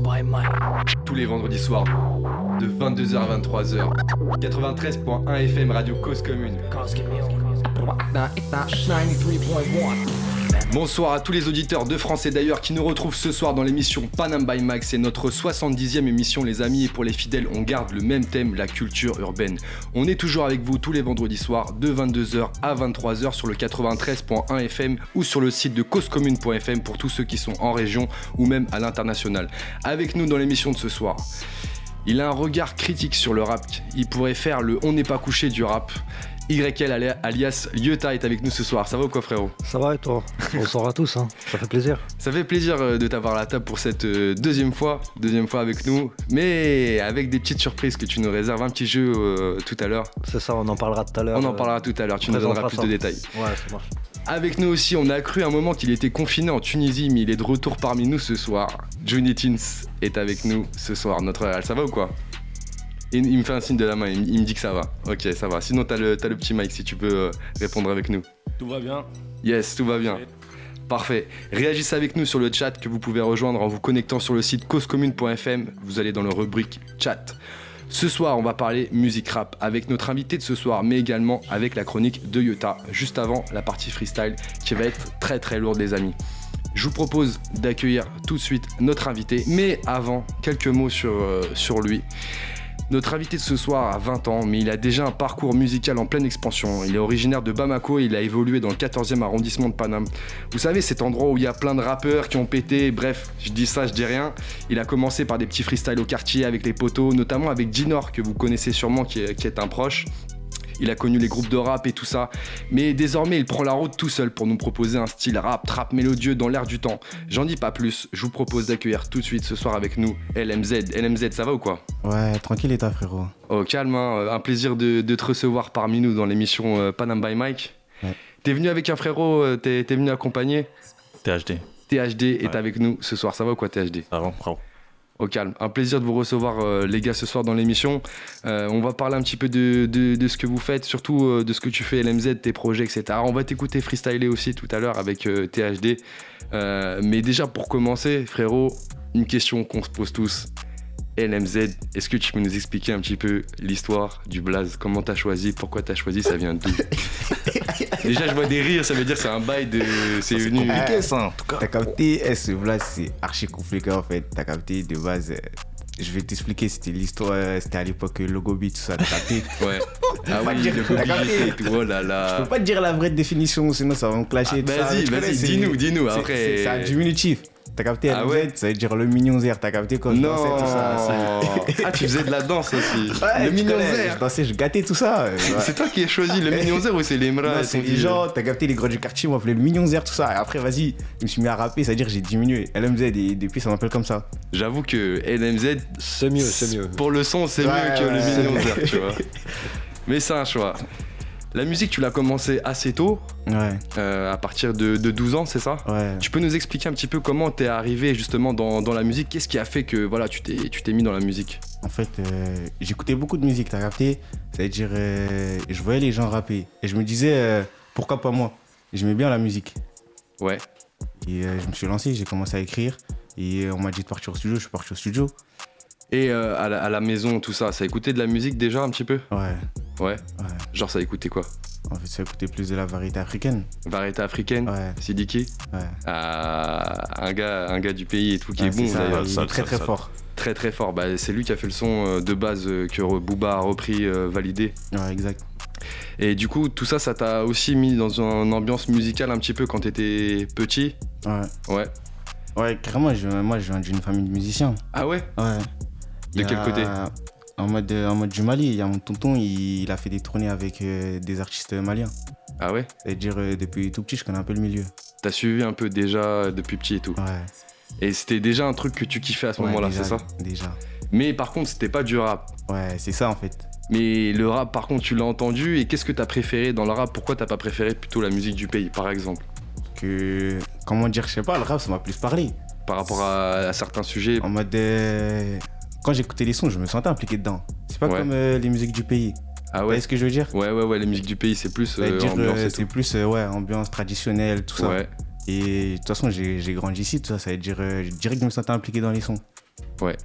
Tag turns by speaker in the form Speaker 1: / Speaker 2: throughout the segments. Speaker 1: my mind.
Speaker 2: tous les vendredis soirs de 22h à 23h 93.1 FM Radio Cause Commune.
Speaker 1: Cause commune.
Speaker 2: Bonsoir à tous les auditeurs de France et d'ailleurs qui nous retrouvent ce soir dans l'émission Panam by Max. C'est notre 70e émission, les amis, et pour les fidèles, on garde le même thème, la culture urbaine. On est toujours avec vous tous les vendredis soirs de 22h à 23h sur le 93.1 FM ou sur le site de causecommune.fm pour tous ceux qui sont en région ou même à l'international. Avec nous dans l'émission de ce soir. Il a un regard critique sur le rap. Il pourrait faire le on n'est pas couché du rap. YL alia- alias Lyota est avec nous ce soir. Ça va ou quoi, frérot
Speaker 3: Ça va et toi Bonsoir à tous, hein. ça fait plaisir.
Speaker 2: Ça fait plaisir euh, de t'avoir à la table pour cette euh, deuxième fois, deuxième fois avec nous, mais avec des petites surprises que tu nous réserves, un petit jeu euh, tout à l'heure.
Speaker 3: C'est ça, on en parlera tout à l'heure. euh,
Speaker 2: On en parlera tout à l'heure, tu nous donneras plus de détails.
Speaker 3: Ouais, ça marche.
Speaker 2: Avec nous aussi, on a cru un moment qu'il était confiné en Tunisie, mais il est de retour parmi nous ce soir. Johnny Tins est avec nous ce soir, notre réal. Ça va ou quoi il, il me fait un signe de la main, il, il me dit que ça va. Ok, ça va. Sinon, t'as le, t'as le petit mic si tu peux euh, répondre avec nous.
Speaker 4: Tout va bien.
Speaker 2: Yes, tout va bien. Parfait. Réagissez avec nous sur le chat que vous pouvez rejoindre en vous connectant sur le site causecommune.fm. Vous allez dans le rubrique chat. Ce soir, on va parler musique rap avec notre invité de ce soir, mais également avec la chronique de Yota, juste avant la partie freestyle qui va être très très lourde, les amis. Je vous propose d'accueillir tout de suite notre invité, mais avant, quelques mots sur, euh, sur lui. Notre invité de ce soir a 20 ans, mais il a déjà un parcours musical en pleine expansion. Il est originaire de Bamako et il a évolué dans le 14e arrondissement de Paname. Vous savez, cet endroit où il y a plein de rappeurs qui ont pété, bref, je dis ça, je dis rien. Il a commencé par des petits freestyles au quartier avec les poteaux, notamment avec Dinor, que vous connaissez sûrement, qui est, qui est un proche. Il a connu les groupes de rap et tout ça, mais désormais il prend la route tout seul pour nous proposer un style rap, trap mélodieux dans l'air du temps. J'en dis pas plus, je vous propose d'accueillir tout de suite ce soir avec nous LMZ. LMZ, ça va ou quoi
Speaker 5: Ouais, tranquille et toi, frérot.
Speaker 2: Oh, calme, hein. un plaisir de, de te recevoir parmi nous dans l'émission euh, Panam by Mike.
Speaker 5: Ouais.
Speaker 2: T'es venu avec un frérot, euh, t'es t'es venu accompagné.
Speaker 4: THD.
Speaker 2: THD est
Speaker 4: Ouais.
Speaker 2: avec nous ce soir, ça va ou quoi THD
Speaker 4: Avant, bravo.
Speaker 2: Au calme, un plaisir de vous recevoir euh, les gars ce soir dans l'émission. Euh, on va parler un petit peu de, de- de ce que vous faites, surtout euh, de ce que tu fais LMZ, tes projets, etc. On va t'écouter freestyler aussi tout à l'heure avec euh, THD. Euh, mais déjà pour commencer, frérot, une question qu'on se pose tous. LMZ, est-ce que tu peux nous expliquer un petit peu l'histoire du Blaze Comment t'as choisi Pourquoi t'as choisi Ça vient d'où Déjà, je vois des rires, ça veut dire que c'est un bail de. C'est venu.
Speaker 5: compliqué, ça, en tout cas. Ah, T'as capté, eh, ce blase, c'est archi compliqué, en fait. T'as capté, de base, euh, je vais t'expliquer, c'était l'histoire, euh, c'était à l'époque euh, logo beat, tout ça, t'as capté.
Speaker 2: Ouais. Ah
Speaker 5: Faut pas
Speaker 2: oui,
Speaker 5: dire-
Speaker 2: le
Speaker 5: t'as
Speaker 2: Bobby
Speaker 5: capté.
Speaker 2: Jet et tout, oh là là.
Speaker 5: Je peux pas te dire la vraie définition, sinon ça va me clasher.
Speaker 2: Ah,
Speaker 5: tout ça.
Speaker 2: vas-y,
Speaker 5: Mais tu
Speaker 2: vas-y,
Speaker 5: connais, c'est-
Speaker 2: dis-nous, dis-nous,
Speaker 5: c'est-
Speaker 2: après.
Speaker 5: C'est c'est un diminutif. T'as capté,
Speaker 2: Ah
Speaker 5: LMZ,
Speaker 2: ouais
Speaker 5: ça veut dire le mignon zère, t'as capté quand je
Speaker 2: Non.
Speaker 5: dansais, tout ça.
Speaker 2: Ah, tu faisais de la danse aussi.
Speaker 5: c'est- Ouais,
Speaker 2: le
Speaker 5: tu
Speaker 2: mignon
Speaker 5: connais,
Speaker 2: zère.
Speaker 5: Je dansais, je gâtais tout ça. euh, ouais.
Speaker 2: C'est toi qui as choisi le mignon zère ou c'est les
Speaker 5: Non,
Speaker 2: mras
Speaker 5: c'est les gens, t'as capté les gros du quartier, on m'appelait le mignon zère, tout ça. Et après, vas-y, je me suis mis à rapper, c'est-à-dire j'ai diminué. LMZ, et depuis, ça m'appelle comme ça.
Speaker 2: J'avoue que LMZ,
Speaker 3: C'est mieux, c'est mieux.
Speaker 2: pour le son, c'est
Speaker 5: Ouais,
Speaker 2: mieux que
Speaker 5: ouais,
Speaker 2: le
Speaker 5: ouais.
Speaker 2: mignon zère, tu vois. Mais c'est un choix. La musique, tu l'as commencé assez tôt,
Speaker 5: Ouais,
Speaker 2: euh, à partir de, de 12 ans, c'est ça
Speaker 5: ouais.
Speaker 2: tu peux nous expliquer un petit peu comment t'es arrivé justement dans, dans la musique Qu'est-ce qui a fait que voilà tu t'es tu t'es mis dans la musique
Speaker 5: En fait, euh, j'écoutais beaucoup de musique, t'as capté C'est-à-dire, euh, je voyais les gens rapper. Et je me disais, euh, pourquoi pas moi J'aimais bien la musique.
Speaker 2: Ouais.
Speaker 5: Et euh, je me suis lancé, j'ai commencé à écrire. Et euh, on m'a dit de partir au studio, je suis parti au studio.
Speaker 2: Et euh, à, la, à la maison tout ça, ça écoutait de la musique déjà un petit peu
Speaker 5: Ouais,
Speaker 2: Ouais.
Speaker 5: ouais.
Speaker 2: Genre ça écoutait quoi
Speaker 5: En fait, ça écoutait plus de la variété africaine.
Speaker 2: Variété africaine
Speaker 5: Ouais,
Speaker 2: Sidiki
Speaker 5: ouais.
Speaker 2: à un gars, un gars du pays et tout qui
Speaker 5: Ouais,
Speaker 2: est bon
Speaker 5: ça,
Speaker 2: d'ailleurs.
Speaker 5: il est
Speaker 4: Sale,
Speaker 5: très
Speaker 4: sale,
Speaker 5: très
Speaker 4: sale.
Speaker 5: fort.
Speaker 2: Très très fort. Bah, c'est lui qui a fait le son euh, de base euh, que Re- Booba a repris, euh, validé.
Speaker 5: Ouais, exact.
Speaker 2: Et du coup, tout ça, ça t'a aussi mis dans une ambiance musicale un petit peu quand t'étais petit.
Speaker 5: Ouais.
Speaker 2: Ouais.
Speaker 5: Ouais, carrément, je- moi je viens d'une famille de musiciens.
Speaker 2: Ah ouais
Speaker 5: Ouais.
Speaker 2: De
Speaker 5: Il y
Speaker 2: quel
Speaker 5: a-
Speaker 2: côté
Speaker 5: en mode, en mode du Mali, il y a mon tonton, il, il a fait des tournées avec euh, des artistes maliens.
Speaker 2: Ah ouais
Speaker 5: C'est-à-dire, euh, depuis tout petit, je connais un peu le milieu.
Speaker 2: T'as suivi un peu déjà euh, depuis petit et tout.
Speaker 5: Ouais.
Speaker 2: Et c'était déjà un truc que tu kiffais à ce
Speaker 5: Ouais,
Speaker 2: moment-là,
Speaker 5: déjà,
Speaker 2: c'est ça
Speaker 5: Déjà.
Speaker 2: Mais par contre, c'était pas du rap.
Speaker 5: Ouais, c'est ça en fait.
Speaker 2: Mais le rap, par contre, tu l'as entendu. Et qu'est-ce que t'as préféré dans le rap Pourquoi t'as pas préféré plutôt la musique du pays, par exemple
Speaker 5: Que. Comment dire, je sais pas, le rap, ça m'a plus parlé.
Speaker 2: Par rapport à, à certains sujets
Speaker 5: En mode. euh, Quand j'écoutais les sons, je me sentais impliqué dedans. C'est pas
Speaker 2: Ouais.
Speaker 5: comme euh, les musiques du pays.
Speaker 2: Ah
Speaker 5: Vous
Speaker 2: ouais
Speaker 5: voyez ce que je veux dire
Speaker 2: Ouais, ouais, ouais, la musique du pays, c'est plus euh,
Speaker 5: C'est-à-dire,
Speaker 2: ambiance
Speaker 5: euh,
Speaker 2: et
Speaker 5: c'est
Speaker 2: tout.
Speaker 5: plus euh, ouais, ambiance traditionnelle, tout ça.
Speaker 2: Ouais.
Speaker 5: Et de toute façon, j'ai j'ai grandi ici, tout ça. Ça veut dire, euh, je dirais que je me sentais impliqué dans les sons.
Speaker 2: Ouais.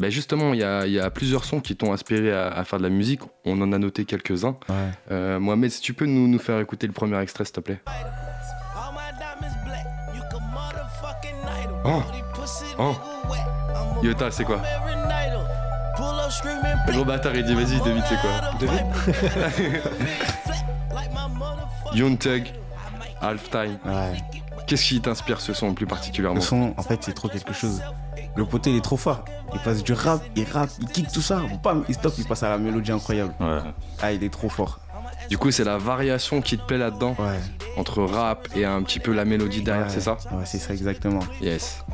Speaker 2: Bah justement, il y a, il y a plusieurs sons qui t'ont inspiré à, à faire de la musique. On en a noté quelques-uns.
Speaker 5: Ouais.
Speaker 2: Euh, Mohamed, si tu peux nous, nous faire écouter le premier extrait, s'il te plaît.
Speaker 1: All my diamonds black, you can motherfucking night 'em.
Speaker 2: Oh.
Speaker 1: Booty pussy
Speaker 2: Oh.
Speaker 1: nigga wet. I'm a
Speaker 2: Yota, c'est quoi
Speaker 1: Mary Nighter. Pull up screaming
Speaker 2: Le gros bâtard, il dit vas-y, devine, c'est quoi Young Thug, Half Time.
Speaker 5: Ouais.
Speaker 2: Qu'est-ce qui t'inspire ce son plus particulièrement
Speaker 5: Le son, en fait, c'est trop quelque chose. Le poté, il est trop fort. Il passe du rap, il rappe, il kick tout ça. Bam, il stop, il passe à la mélodie incroyable. Ah, il est trop fort.
Speaker 2: Du coup, c'est la variation qui te plaît là-dedans,
Speaker 5: Ouais.
Speaker 2: entre rap et un petit peu la mélodie derrière,
Speaker 5: Ouais.
Speaker 2: c'est ça
Speaker 5: Ouais, c'est ça, exactement.
Speaker 2: Yes.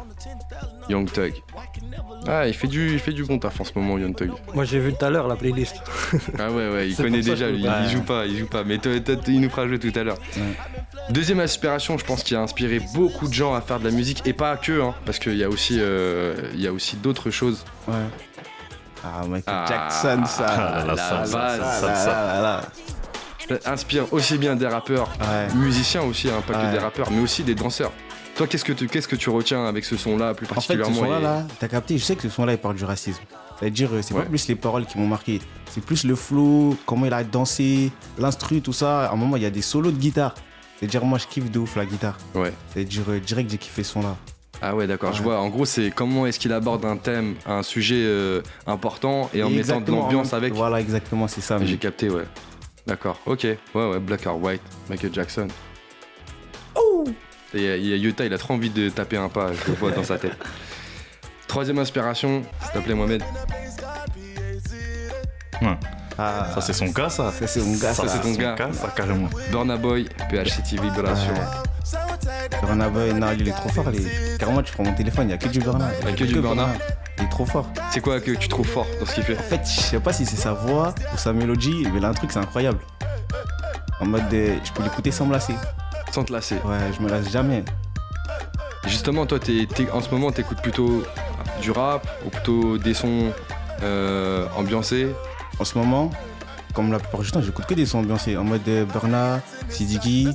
Speaker 2: Young Thug. Ah, il fait du, il fait du bon taf en ce moment, Young Thug.
Speaker 3: Moi, j'ai vu tout à l'heure la playlist.
Speaker 2: Ah ouais, ouais, il
Speaker 3: C'est
Speaker 2: connaît
Speaker 3: pour ça
Speaker 2: déjà,
Speaker 3: que je
Speaker 2: lui.
Speaker 3: me
Speaker 2: Il joue pas, il joue pas. Mais toi- toi, il nous fera jouer tout à l'heure. Deuxième aspiration, je pense, qui a inspiré beaucoup de gens à faire de la musique, et pas que, hein, parce qu'il y a aussi, euh, il y a aussi d'autres choses.
Speaker 5: Ouais. Ah, Michael
Speaker 2: Ah,
Speaker 5: Jackson, ça.
Speaker 2: ah, la
Speaker 5: ça,
Speaker 2: base,
Speaker 5: ça, ça, là,
Speaker 2: Ça inspire aussi bien des rappeurs,
Speaker 5: là. Ouais.
Speaker 2: musiciens aussi, hein, pas que
Speaker 5: Ouais.
Speaker 2: des rappeurs, mais aussi des danseurs. Toi, qu'est-ce que tu, qu'est-ce que tu retiens avec ce son-là plus
Speaker 5: En fait,
Speaker 2: particulièrement
Speaker 5: ce son-là,
Speaker 2: et-
Speaker 5: là, t'as capté, je sais que ce son-là, il parle du racisme. C'est-à-dire, euh, c'est
Speaker 2: Ouais.
Speaker 5: pas plus les paroles qui m'ont marqué, c'est plus le flow, comment il a dansé, l'instru, tout ça. À un moment, il y a des solos de guitare. C'est-à-dire, moi, je kiffe de ouf la guitare.
Speaker 2: Ouais.
Speaker 5: C'est-à-dire, euh, direct, j'ai kiffé ce son-là.
Speaker 2: Ah ouais, d'accord. Je
Speaker 5: Ouais.
Speaker 2: vois. En gros, c'est comment est-ce qu'il aborde un thème, un sujet euh, important, et en mettant de
Speaker 5: exactement,
Speaker 2: l'ambiance
Speaker 5: en-
Speaker 2: avec. Ah,
Speaker 5: Voilà, exactement, c'est ça.
Speaker 2: J'ai
Speaker 5: mec.
Speaker 2: capté, ouais. D'accord, ok. Ouais, ouais, Black or White, Michael Jackson. Oh Yota, il a trop envie de taper un pas, je le vois dans sa tête. Troisième inspiration, s'il te plaît, Mohamed.
Speaker 5: Ah,
Speaker 4: Ça, c'est son cas, ça.
Speaker 5: Ça, c'est mon gars, ça,
Speaker 2: c'est ton gars.
Speaker 4: Ah, cas, ça, carrément.
Speaker 2: Burna Boy, PHCT Vibration.
Speaker 5: Burna Boy, non, lui, il est trop fort. il est- Carrément, tu prends mon téléphone, il n'y a que du Burna.
Speaker 2: Il y a que du Burna.
Speaker 5: Il est trop fort.
Speaker 2: C'est quoi que tu trouves fort dans ce qu'il fait
Speaker 5: En fait, je sais pas si c'est sa voix ou sa mélodie, mais là, un truc, c'est incroyable. En mode, euh, je peux l'écouter sans me lasser.
Speaker 2: Sans te lasser.
Speaker 5: Ouais, je me lasse jamais.
Speaker 2: Justement, toi, t'es- t'es- en ce moment, t'écoutes plutôt du rap ou plutôt des sons euh, ambiancés
Speaker 5: En ce moment, comme la plupart du temps, j'écoute que des sons ambiancés. En mode euh, Bernard, Sidiki.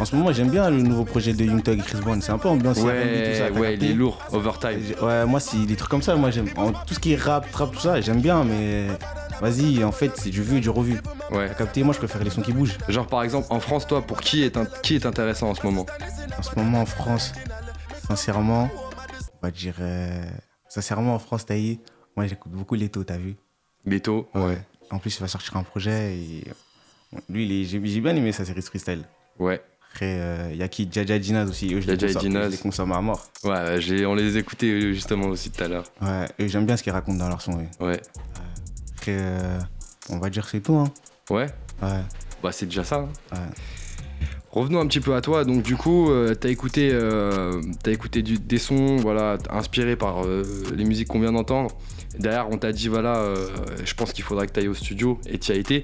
Speaker 5: En ce moment, j'aime bien le nouveau projet de Young Thug et Chris Brown. C'est un peu ambiancé. R&B, tout ça,
Speaker 2: Ouais,
Speaker 5: t'as
Speaker 2: ouais, il
Speaker 5: capté
Speaker 2: est lourd, overtime.
Speaker 5: Ouais, moi, c'est des trucs comme ça. Moi, j'aime. en- Tout ce qui est rap, trap, tout ça, j'aime bien, mais. Vas-y, en fait, c'est du vu et du revu.
Speaker 2: Ouais.
Speaker 5: T'as capté, moi, je préfère les sons qui bougent.
Speaker 2: Genre, par exemple, en France, toi, pour qui est, int- qui est intéressant en ce moment
Speaker 5: En ce moment, en France, sincèrement, on va dire. euh, Sincèrement, en France, taillé, moi, j'écoute beaucoup Leto, t'as vu
Speaker 2: Beto,
Speaker 5: Ouais. En plus, il va sortir un projet et. Lui, il est- j'ai j'ai bien aimé sa série de freestyle.
Speaker 2: ouais.
Speaker 5: Après, euh, il y a qui Jaja Dinaz aussi. Eux, je
Speaker 2: Jaja
Speaker 5: les
Speaker 2: et
Speaker 5: consomme,
Speaker 2: Dinaz.
Speaker 5: je les consomme à mort.
Speaker 2: Ouais, j'ai- on les écoutait euh, justement aussi tout à l'heure.
Speaker 5: Ouais, et j'aime bien ce qu'ils racontent dans leur son. ouais.
Speaker 2: Ouais.
Speaker 5: Après, euh, on va dire c'est tout. Hein.
Speaker 2: Ouais,
Speaker 5: Ouais.
Speaker 2: bah c'est déjà ça. hein.
Speaker 5: Ouais.
Speaker 2: Revenons un petit peu à toi. Donc du coup, euh, t'as écouté, euh, t'as écouté du- des sons, voilà, inspirés par euh, les musiques qu'on vient d'entendre. Derrière, on t'a dit voilà, euh, je pense qu'il faudrait que t'ailles au studio et t'y as été.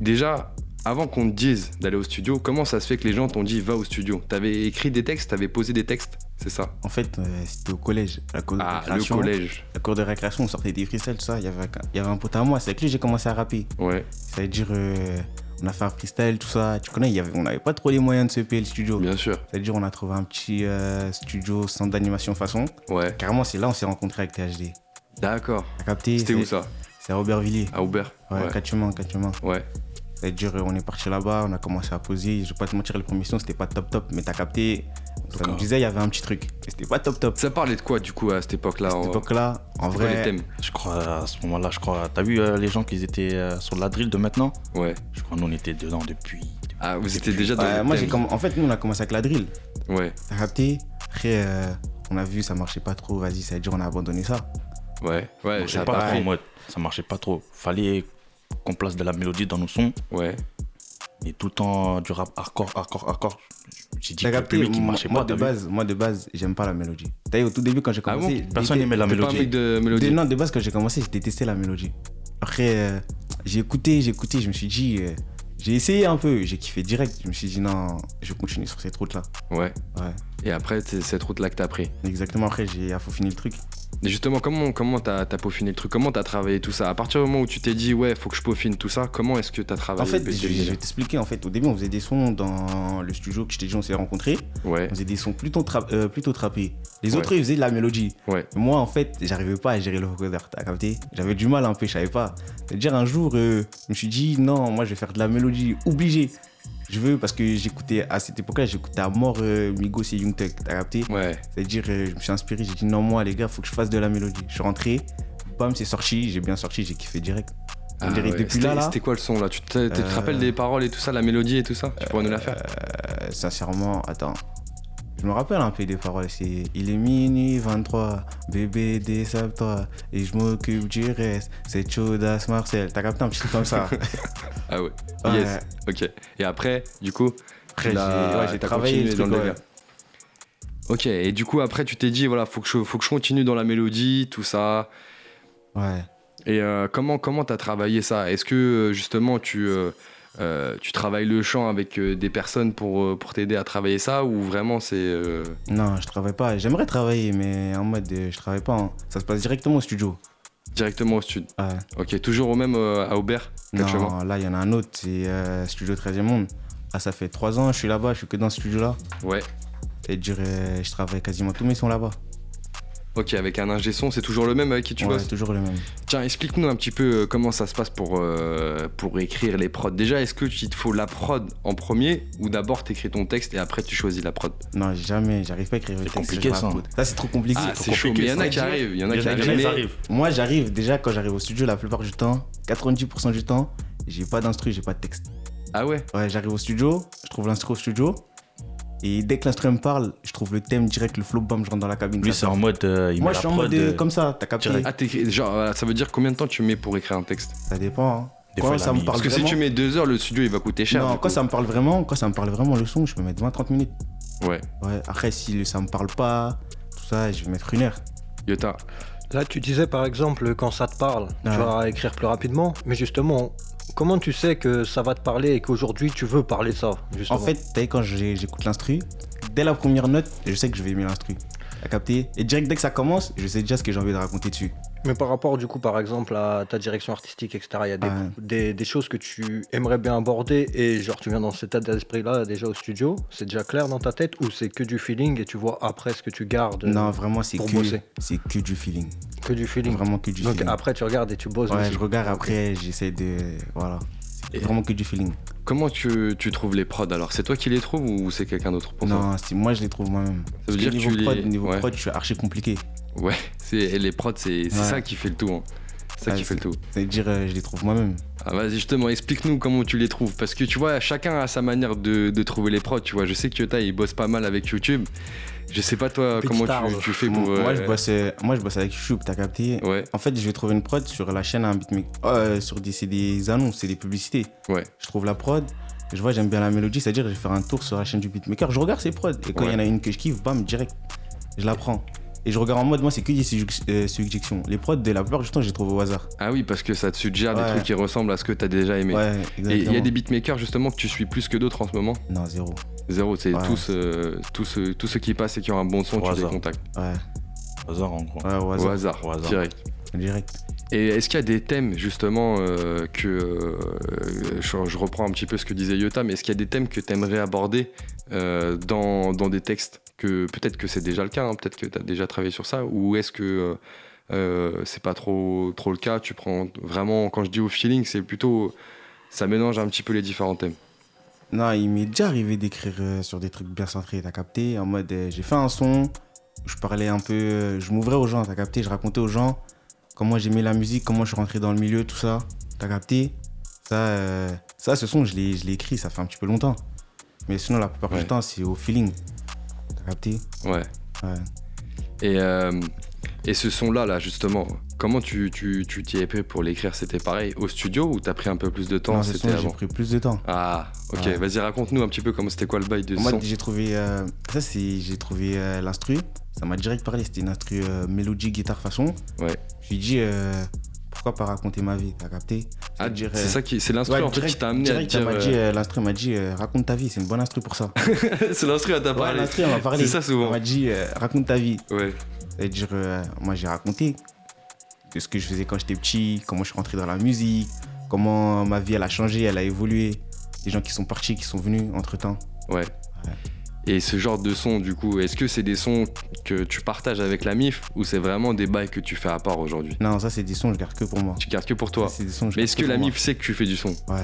Speaker 2: Déjà, avant qu'on te dise d'aller au studio, comment ça se fait que les gens t'ont dit va au studio T'avais écrit des textes, t'avais posé des textes, c'est ça
Speaker 5: En fait, euh, c'était au collège. La cour de
Speaker 2: Ah, le
Speaker 5: récréation.
Speaker 2: collège.
Speaker 5: La cour de récréation, on sortait des freestyles, tout ça. Il y avait un- il y avait un pote à moi. C'est avec lui que j'ai commencé à rapper.
Speaker 2: Ouais,
Speaker 5: C'est-à-dire, euh, on a fait un freestyle, tout ça. Tu connais, il y avait, on n'avait pas trop les moyens de se payer le studio.
Speaker 2: bien sûr.
Speaker 5: C'est-à-dire, on a trouvé un petit euh, studio centre d'animation façon.
Speaker 2: Ouais,
Speaker 5: Carrément, c'est là on s'est rencontrés avec THD.
Speaker 2: d'accord.
Speaker 5: T'as capté
Speaker 2: C'était où
Speaker 5: c'est-
Speaker 2: ça
Speaker 5: C'est à Aubervilliers.
Speaker 2: À Aubert
Speaker 5: Ouais,
Speaker 2: ouais.
Speaker 5: quatre chemins, quatre chemins.
Speaker 2: ouais.
Speaker 5: C'est-à-dire, euh, on est parti là-bas, on a commencé à poser. Je vais pas te mentir, les premiers sons, c'était pas top top, mais t'as capté. Ça
Speaker 2: D'accord.
Speaker 5: nous disait, il y avait un petit truc. Et C'était pas top top.
Speaker 2: Ça parlait de quoi du coup à cette époque-là
Speaker 5: À
Speaker 2: en-
Speaker 5: cette époque-là, en
Speaker 2: c'est quoi
Speaker 5: vrai.
Speaker 2: les thèmes
Speaker 4: Je crois, à ce moment-là, je crois. T'as vu euh, les gens qui étaient euh, sur la drill de maintenant
Speaker 2: Ouais.
Speaker 4: Je crois, nous, on était dedans depuis.
Speaker 2: Ah, vous étiez déjà dans
Speaker 5: Ouais,
Speaker 2: le
Speaker 5: moi, j'ai
Speaker 2: thème.
Speaker 5: comm- en fait, nous, on a commencé avec la drill.
Speaker 2: Ouais,
Speaker 5: T'as capté Après, euh, on a vu, ça marchait pas trop. Vas-y, c'est-à-dire, on a abandonné ça.
Speaker 2: ouais, ouais, ça
Speaker 4: ça
Speaker 2: a
Speaker 4: pas
Speaker 2: pas
Speaker 4: trop en
Speaker 2: pris.
Speaker 4: mode. Ça marchait pas trop. Fallait qu'on place de la mélodie dans nos sons.
Speaker 2: Ouais,
Speaker 4: Et tout le temps, euh, du rap hardcore, hardcore, hardcore. J'ai dit
Speaker 5: T'as
Speaker 4: que le
Speaker 5: capté
Speaker 4: public, il
Speaker 5: moi,
Speaker 4: marchait
Speaker 5: moi,
Speaker 4: pas.
Speaker 5: de
Speaker 4: t'as vu
Speaker 5: base, moi, de base, j'aime pas la mélodie. T'as vu, au tout début, quand j'ai
Speaker 2: Ah
Speaker 5: commencé.
Speaker 2: bon
Speaker 5: j'ai
Speaker 4: Personne
Speaker 5: été-
Speaker 4: n'aimait la
Speaker 2: t'es pas un
Speaker 4: mélodie.
Speaker 2: mec de mélodie.
Speaker 5: De- non, de base, quand j'ai commencé, j'ai détesté la mélodie. Après, euh, j'ai écouté, j'ai écouté, je me suis dit, euh, j'ai essayé un peu, j'ai kiffé direct. Je me suis dit, non, je continue sur cette route-là.
Speaker 2: Ouais.
Speaker 5: Ouais.
Speaker 2: Et après, c'est cette route-là que t'as pris.
Speaker 5: Exactement, après, j'ai faut finir le truc.
Speaker 2: Et justement, comment comment t'as t'as peaufiné le truc Comment t'as travaillé tout ça À partir du moment où tu t'es dit, ouais, faut que je peaufine tout ça, comment est-ce que t'as travaillé
Speaker 5: En fait,
Speaker 2: Best
Speaker 5: je,
Speaker 2: Jelly
Speaker 5: je vais t'expliquer. En fait, au début, on faisait des sons dans le studio que je t'ai dit, on s'est rencontrés.
Speaker 2: Ouais,
Speaker 5: On faisait des sons plutôt, tra- euh, plutôt trappés. Les
Speaker 2: Ouais.
Speaker 5: autres, ils faisaient de la mélodie.
Speaker 2: ouais.
Speaker 5: Moi, en fait, j'arrivais pas à gérer le vocoder, t'as capté J'avais du mal un peu, je savais pas. C'est-à-dire, un jour, euh, je me suis dit, non, moi, je vais faire de la mélodie, obligé. Je veux, parce que j'écoutais, à cette époque-là, j'écoutais à mort euh, Migos et Young Thug, t'as capté
Speaker 2: Ouais,
Speaker 5: C'est-à-dire, euh, je me suis inspiré, j'ai dit, non, moi, les gars, faut que je fasse de la mélodie. Je suis rentré, bam, c'est sorti, j'ai bien sorti, j'ai kiffé direct. On
Speaker 2: Ah
Speaker 5: dirait que
Speaker 2: ouais.
Speaker 5: depuis
Speaker 2: C'était-
Speaker 5: là, là,
Speaker 2: C'était quoi le son là Tu te, tu te
Speaker 5: Euh,
Speaker 2: rappelles des paroles et tout ça, la mélodie et tout ça Tu pourrais nous la faire
Speaker 5: euh, sincèrement, attends. Je me rappelle un peu des paroles, c'est Il est minuit 23, bébé désable-toi, et je m'occupe du reste, c'est Chaudas Marcel. T'as capté un petit truc comme ça
Speaker 2: Ah ouais.
Speaker 5: Ouais.
Speaker 2: Yes. Ok. Et après, du coup,
Speaker 5: Après,
Speaker 2: tu l'as-
Speaker 5: j'ai- ouais, j'ai
Speaker 2: t'as
Speaker 5: travaillé
Speaker 2: continué
Speaker 5: le
Speaker 2: dans
Speaker 5: truc,
Speaker 2: le
Speaker 5: ouais.
Speaker 2: délire. Ok. Et du coup, après, tu t'es dit, voilà, faut que je, faut que je continue dans la mélodie, tout ça.
Speaker 5: Ouais.
Speaker 2: Et euh, comment comment t'as travaillé ça Est-ce que euh, justement tu euh, euh, tu travailles le chant avec euh, des personnes pour, euh, pour t'aider à travailler ça ou vraiment c'est euh,
Speaker 5: Non, je travaille pas. J'aimerais travailler, mais en mode euh, je travaille pas. hein. Ça se passe directement au studio.
Speaker 2: directement au stud
Speaker 5: Ouais.
Speaker 2: Ok, toujours au même euh, à Aubert
Speaker 5: Non,
Speaker 2: quatre chemins
Speaker 5: là, il y en a un autre, c'est euh, Studio 13 e Monde. Ah, ça fait 3 ans, je suis là-bas, je suis que dans ce studio-là.
Speaker 2: Ouais.
Speaker 5: C'est-à-dire, euh, je travaille quasiment tous mes sons là-bas.
Speaker 2: Ok, avec un ingé son, c'est toujours le même euh, avec qui tu
Speaker 5: Ouais,
Speaker 2: bosses
Speaker 5: toujours le même.
Speaker 2: Tiens, explique-nous un petit peu euh, comment ça se passe pour, euh, pour écrire les prods. Déjà, est-ce que tu- il te faut la prod en premier ou d'abord t'écris ton texte et après tu choisis la prod
Speaker 5: Non, jamais, j'arrive pas à écrire le
Speaker 4: C'est
Speaker 5: texte.
Speaker 4: compliqué,
Speaker 5: je
Speaker 4: ça.
Speaker 5: raconte. Ça, c'est trop compliqué.
Speaker 2: Ah,
Speaker 5: Trop
Speaker 2: c'est chaud, mais
Speaker 5: compliqué,
Speaker 2: il y en a
Speaker 5: ça.
Speaker 2: qui arrivent, il y en a qui arrivent.
Speaker 5: qui
Speaker 2: mais-
Speaker 4: arrivent.
Speaker 5: Moi, j'arrive déjà quand j'arrive au studio, la plupart du temps, 90% du temps, j'ai pas d'instru, j'ai pas de texte.
Speaker 2: Ah ouais
Speaker 5: Ouais, j'arrive au studio, je trouve l'instru au studio, et dès que l'instru me parle, je trouve le thème direct, le flow, bam, je rentre dans la cabine.
Speaker 4: Lui,
Speaker 5: ça
Speaker 4: c'est
Speaker 5: sort.
Speaker 4: en mode. euh, il
Speaker 5: Moi,
Speaker 4: met
Speaker 5: je
Speaker 4: la
Speaker 5: suis en mode
Speaker 4: prod,
Speaker 5: euh,
Speaker 4: euh,
Speaker 5: comme ça, t'as capté
Speaker 2: Ah, t'écris- genre, voilà, ça veut dire combien de temps tu mets pour écrire un texte
Speaker 5: Ça dépend. hein.
Speaker 4: Des
Speaker 5: Quand
Speaker 4: fois, il a
Speaker 5: ça me
Speaker 4: mis-
Speaker 5: parle
Speaker 2: Parce que si
Speaker 5: vraiment.
Speaker 2: tu mets deux heures, le studio il va coûter cher.
Speaker 5: non,
Speaker 2: du
Speaker 5: quand
Speaker 2: coup.
Speaker 5: ça me parle vraiment, quand ça me parle vraiment le son, je peux mettre 20-30 minutes.
Speaker 2: Ouais,
Speaker 5: Ouais, après, si le- ça me parle pas, tout ça, je vais mettre une heure.
Speaker 2: Yota.
Speaker 3: Là, tu disais par exemple quand ça te parle,
Speaker 5: Ouais.
Speaker 2: Ah.
Speaker 3: tu vas écrire plus rapidement. Mais justement, comment tu sais que ça va te parler et qu'aujourd'hui tu veux parler ça justement
Speaker 5: En fait, t'as vu, quand j'ai- j'écoute l'instru, dès la première note, je sais que je vais aimer l'instru. T'as capté Et direct, dès que ça commence, je sais déjà ce que j'ai envie de raconter dessus.
Speaker 3: Mais par rapport du coup, par exemple, à ta direction artistique, etc., il y a des,
Speaker 5: Ouais.
Speaker 3: des- des choses que tu aimerais bien aborder et genre tu viens dans cet état d'esprit-là déjà au studio, c'est déjà clair dans ta tête ou c'est que du feeling et tu vois après ce que tu gardes euh,
Speaker 5: Non, vraiment, c'est
Speaker 3: pour
Speaker 5: que,
Speaker 3: bosser.
Speaker 5: c'est que du feeling.
Speaker 3: Que du feeling.
Speaker 5: Vraiment que du
Speaker 3: Donc
Speaker 5: feeling.
Speaker 3: après tu regardes et tu bosses.
Speaker 5: Ouais,
Speaker 3: dessus.
Speaker 5: je regarde après, j'essaie de. Voilà. C'est
Speaker 2: Et-
Speaker 5: vraiment que du feeling.
Speaker 2: Comment tu, tu trouves les prods alors C'est toi qui les trouves ou c'est quelqu'un d'autre pour toi
Speaker 5: Non, c'est moi, je les trouve
Speaker 2: Ça veut
Speaker 5: moi-même. Parce
Speaker 2: dire
Speaker 5: que
Speaker 2: que
Speaker 5: niveau,
Speaker 2: tu les-
Speaker 5: prod, niveau
Speaker 2: ouais.
Speaker 5: prod, je suis archi compliqué.
Speaker 2: Ouais, c'est, et les prods, c'est, c'est
Speaker 5: Ouais.
Speaker 2: ça qui fait le tout. hein. C'est ça
Speaker 5: Ouais,
Speaker 2: qui fait le tout.
Speaker 5: C'est-à-dire, euh, je les trouve moi-même.
Speaker 2: Ah, vas-y, justement, explique-nous comment tu les trouves. Parce que tu vois, chacun a sa manière de, de trouver les prods. Tu vois, je sais que Yota il bosse pas mal avec YouTube. Je sais pas, toi,
Speaker 3: Big
Speaker 2: comment
Speaker 3: Stars.
Speaker 2: tu, tu fais pour.
Speaker 5: moi,
Speaker 2: euh,
Speaker 5: je bosse, euh, moi, je bosse avec YouTube, t'as capté
Speaker 2: Ouais,
Speaker 5: En fait, je vais trouver une prod sur la chaîne à un beatmaker. Euh, sur des, c'est des annonces, c'est des publicités.
Speaker 2: Ouais.
Speaker 5: Je trouve la prod, je vois, j'aime bien la mélodie, c'est-à-dire, je vais faire un tour sur la chaîne du beatmaker, je regarde ses prods. Et quand il
Speaker 2: Ouais.
Speaker 5: y en a une que je kiffe, bam, direct, je la prends. Et je regarde en mode, moi, c'est que des sugg- euh, suggestions. Les prods, de la plupart du temps, je les trouve au hasard.
Speaker 2: Ah oui, parce que ça te suggère
Speaker 5: Ouais.
Speaker 2: des trucs qui ressemblent à ce que t'as déjà aimé.
Speaker 5: ouais,
Speaker 2: et il
Speaker 5: exactement.
Speaker 2: y a des beatmakers justement que tu suis plus que d'autres en ce moment.
Speaker 5: Non, zéro.
Speaker 2: Zéro, c'est
Speaker 5: Ouais.
Speaker 2: tous, euh, tous, euh, tous ceux qui passent et qui ont un bon son,
Speaker 4: Au
Speaker 2: tu les
Speaker 4: hasard.
Speaker 2: contactes.
Speaker 5: Ouais,
Speaker 4: au hasard, en gros.
Speaker 5: ouais, au
Speaker 2: Au
Speaker 5: hasard,
Speaker 2: hasard,
Speaker 4: Au hasard.
Speaker 2: direct.
Speaker 5: direct.
Speaker 2: Et est-ce qu'il y a des thèmes justement euh, que euh, je, je reprends un petit peu ce que disait Yota, mais est-ce qu'il y a des thèmes que t'aimerais aborder euh, dans, dans des textes que peut-être que c'est déjà le cas, hein, peut-être que t'as déjà travaillé sur ça, ou est-ce que euh, euh, c'est pas trop trop le cas Tu prends vraiment quand je dis au feeling, c'est plutôt ça mélange un petit peu les différents thèmes.
Speaker 5: Non, il m'est déjà arrivé d'écrire euh, sur des trucs bien centrés, t'as capté En mode, euh, j'ai fait un son, je parlais un peu, euh, je m'ouvrais aux gens, t'as capté Je racontais aux gens comment j'aimais la musique, comment je suis rentré dans le milieu, tout ça, t'as capté ça, euh, ça, ce son, je l'ai je l'ai écrit, ça fait un petit peu longtemps. Mais sinon, la plupart
Speaker 2: Ouais.
Speaker 5: du temps, c'est au feeling, t'as capté
Speaker 2: Ouais.
Speaker 5: Ouais.
Speaker 2: Et, euh, et ce son-là, là, justement, comment tu tu- tu t'y es pris pour l'écrire C'était pareil au studio ou t'as pris un peu plus de temps
Speaker 5: Non, ce
Speaker 2: C'était
Speaker 5: son, j'ai
Speaker 2: avant
Speaker 5: pris plus de temps.
Speaker 2: Ah, ok,
Speaker 5: Ouais.
Speaker 2: vas-y, raconte-nous un petit peu comment c'était quoi le bail de ce
Speaker 5: Moi,
Speaker 2: son.
Speaker 5: j'ai trouvé, euh, ça, c'est, j'ai trouvé euh, l'instru, ça m'a direct parlé, c'était une instru euh, mélodie, guitare façon.
Speaker 2: Ouais.
Speaker 5: Je me suis dit, euh, pourquoi pas raconter ma vie, t'as capté
Speaker 2: Ah,
Speaker 5: C'est-à-dire,
Speaker 2: c'est
Speaker 5: euh,
Speaker 2: ça qui, c'est l'instru
Speaker 5: ouais,
Speaker 2: en fait qui
Speaker 5: direct-
Speaker 2: t'a amené à te
Speaker 5: direct, elle
Speaker 2: dire.
Speaker 5: m'a
Speaker 2: euh,
Speaker 5: dit, euh, l'instru m'a dit, euh, raconte ta vie, c'est une bonne instru pour ça.
Speaker 2: c'est l'instru à t'a
Speaker 5: Ouais,
Speaker 2: parlé.
Speaker 5: l'instru, elle m'a parlé.
Speaker 2: C'est ça souvent.
Speaker 5: Elle m'a dit, euh, raconte ta vie.
Speaker 2: Ouais.
Speaker 5: C'est-à-dire, euh, moi j'ai raconté de ce que je faisais quand j'étais petit, comment je suis rentré dans la musique, comment ma vie elle a changé, elle a évolué, les gens qui sont partis, qui sont venus entre temps.
Speaker 2: Ouais. Et ce genre de son, du coup, est-ce que c'est des sons que tu partages avec la MIF ou c'est vraiment des bails que tu fais à part aujourd'hui
Speaker 5: Non, ça c'est des sons, je garde que pour moi.
Speaker 2: Tu gardes que pour toi.
Speaker 5: Ça, c'est des sons, je
Speaker 2: Mais
Speaker 5: garde
Speaker 2: est-ce que
Speaker 5: pour
Speaker 2: la
Speaker 5: moi.
Speaker 2: MIF sait que tu fais du son
Speaker 5: Ouais.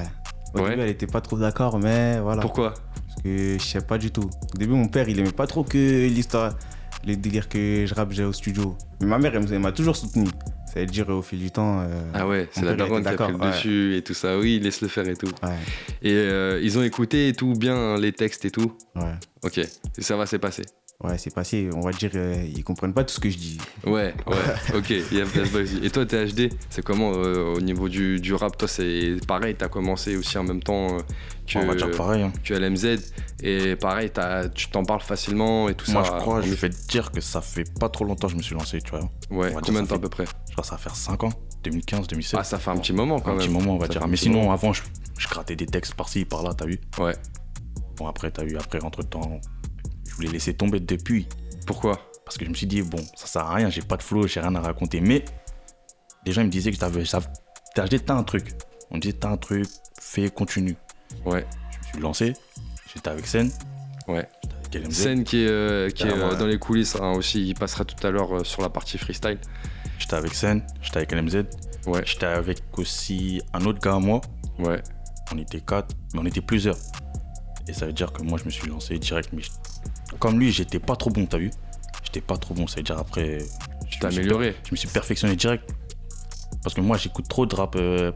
Speaker 5: Au
Speaker 2: Ouais.
Speaker 5: début, elle était pas trop d'accord, mais voilà.
Speaker 2: Pourquoi
Speaker 5: Parce que je sais pas du tout. Au début, mon père, il aimait pas trop que l'histoire, les délires que je rappe, j'ai au studio. Mais ma mère, elle m- elle m'a toujours soutenu. Ça veut dire, au fil du temps. euh,
Speaker 2: Ah ouais, c'est
Speaker 5: On
Speaker 2: la
Speaker 5: peut
Speaker 2: daronne qui
Speaker 5: l'être,
Speaker 2: a pris le
Speaker 5: d'accord, ouais.
Speaker 2: dessus et tout ça. Oui, laisse le faire et tout.
Speaker 5: Ouais,
Speaker 2: Et euh, ils ont écouté et tout bien les textes et tout.
Speaker 5: ouais.
Speaker 2: Ok, et ça va, c'est passé.
Speaker 5: Ouais, c'est passé. On va dire, euh, ils comprennent pas tout ce que je dis.
Speaker 2: Ouais, ouais, ok. il y a- il y a ce bail aussi. Et toi, t'es HD, c'est comment euh, au niveau du, du rap Toi, c'est pareil, t'as commencé aussi en même temps euh, que,
Speaker 4: On va dire pareil. hein.
Speaker 2: que LMZ. Et pareil, t'as- tu t'en parles facilement et tout
Speaker 4: Moi,
Speaker 2: ça.
Speaker 4: je crois,
Speaker 2: en
Speaker 4: je
Speaker 2: effet.
Speaker 4: vais te dire que ça fait pas trop longtemps que je me suis lancé, tu vois.
Speaker 2: Ouais,
Speaker 4: on va dire
Speaker 2: combien de
Speaker 4: ça
Speaker 2: temps à
Speaker 4: fait-
Speaker 2: peu près
Speaker 4: Je crois que ça va faire 5 ans, 2015, 2016.
Speaker 2: Ah, ça fait un petit moment quand
Speaker 4: un
Speaker 2: même.
Speaker 4: petit moment, on va
Speaker 2: Ça fait
Speaker 4: dire.
Speaker 2: un
Speaker 4: Mais
Speaker 2: petit
Speaker 4: sinon,
Speaker 2: moment.
Speaker 4: avant, je, je grattais des textes par-ci, par-là, t'as vu
Speaker 2: Ouais.
Speaker 4: Bon, après, t'as vu, après, entre-temps, je voulais laisser tomber depuis.
Speaker 2: Pourquoi
Speaker 4: Parce que je me suis dit, bon, ça sert à rien, j'ai pas de flow, j'ai rien à raconter. Mais les gens ils me disaient que t'avais. ça- T'as acheté, t'as un truc. On me disait, t'as un truc, fais, continue.
Speaker 2: Ouais.
Speaker 4: Je me suis lancé, j'étais avec Sen.
Speaker 2: Ouais.
Speaker 4: J'étais avec LMZ.
Speaker 2: Scène qui est, euh, qui est,
Speaker 4: Carrément,
Speaker 2: euh,
Speaker 4: ouais.
Speaker 2: dans les coulisses hein, aussi. Il passera tout à l'heure euh, sur la partie freestyle.
Speaker 4: J'étais avec Sen, j'étais avec LMZ.
Speaker 2: Ouais.
Speaker 4: J'étais avec aussi un autre gars à moi.
Speaker 2: Ouais.
Speaker 4: On était quatre, mais on était plusieurs. Et ça veut dire que moi, je me suis lancé direct. Mais je- comme lui, j'étais pas trop bon, t'as vu J'étais pas trop bon, ça veut dire après.
Speaker 2: Tu
Speaker 4: je
Speaker 2: t'es
Speaker 4: me suis
Speaker 2: amélioré.
Speaker 4: per- Je me suis perfectionné direct. Parce que moi, j'écoute trop de rap. euh,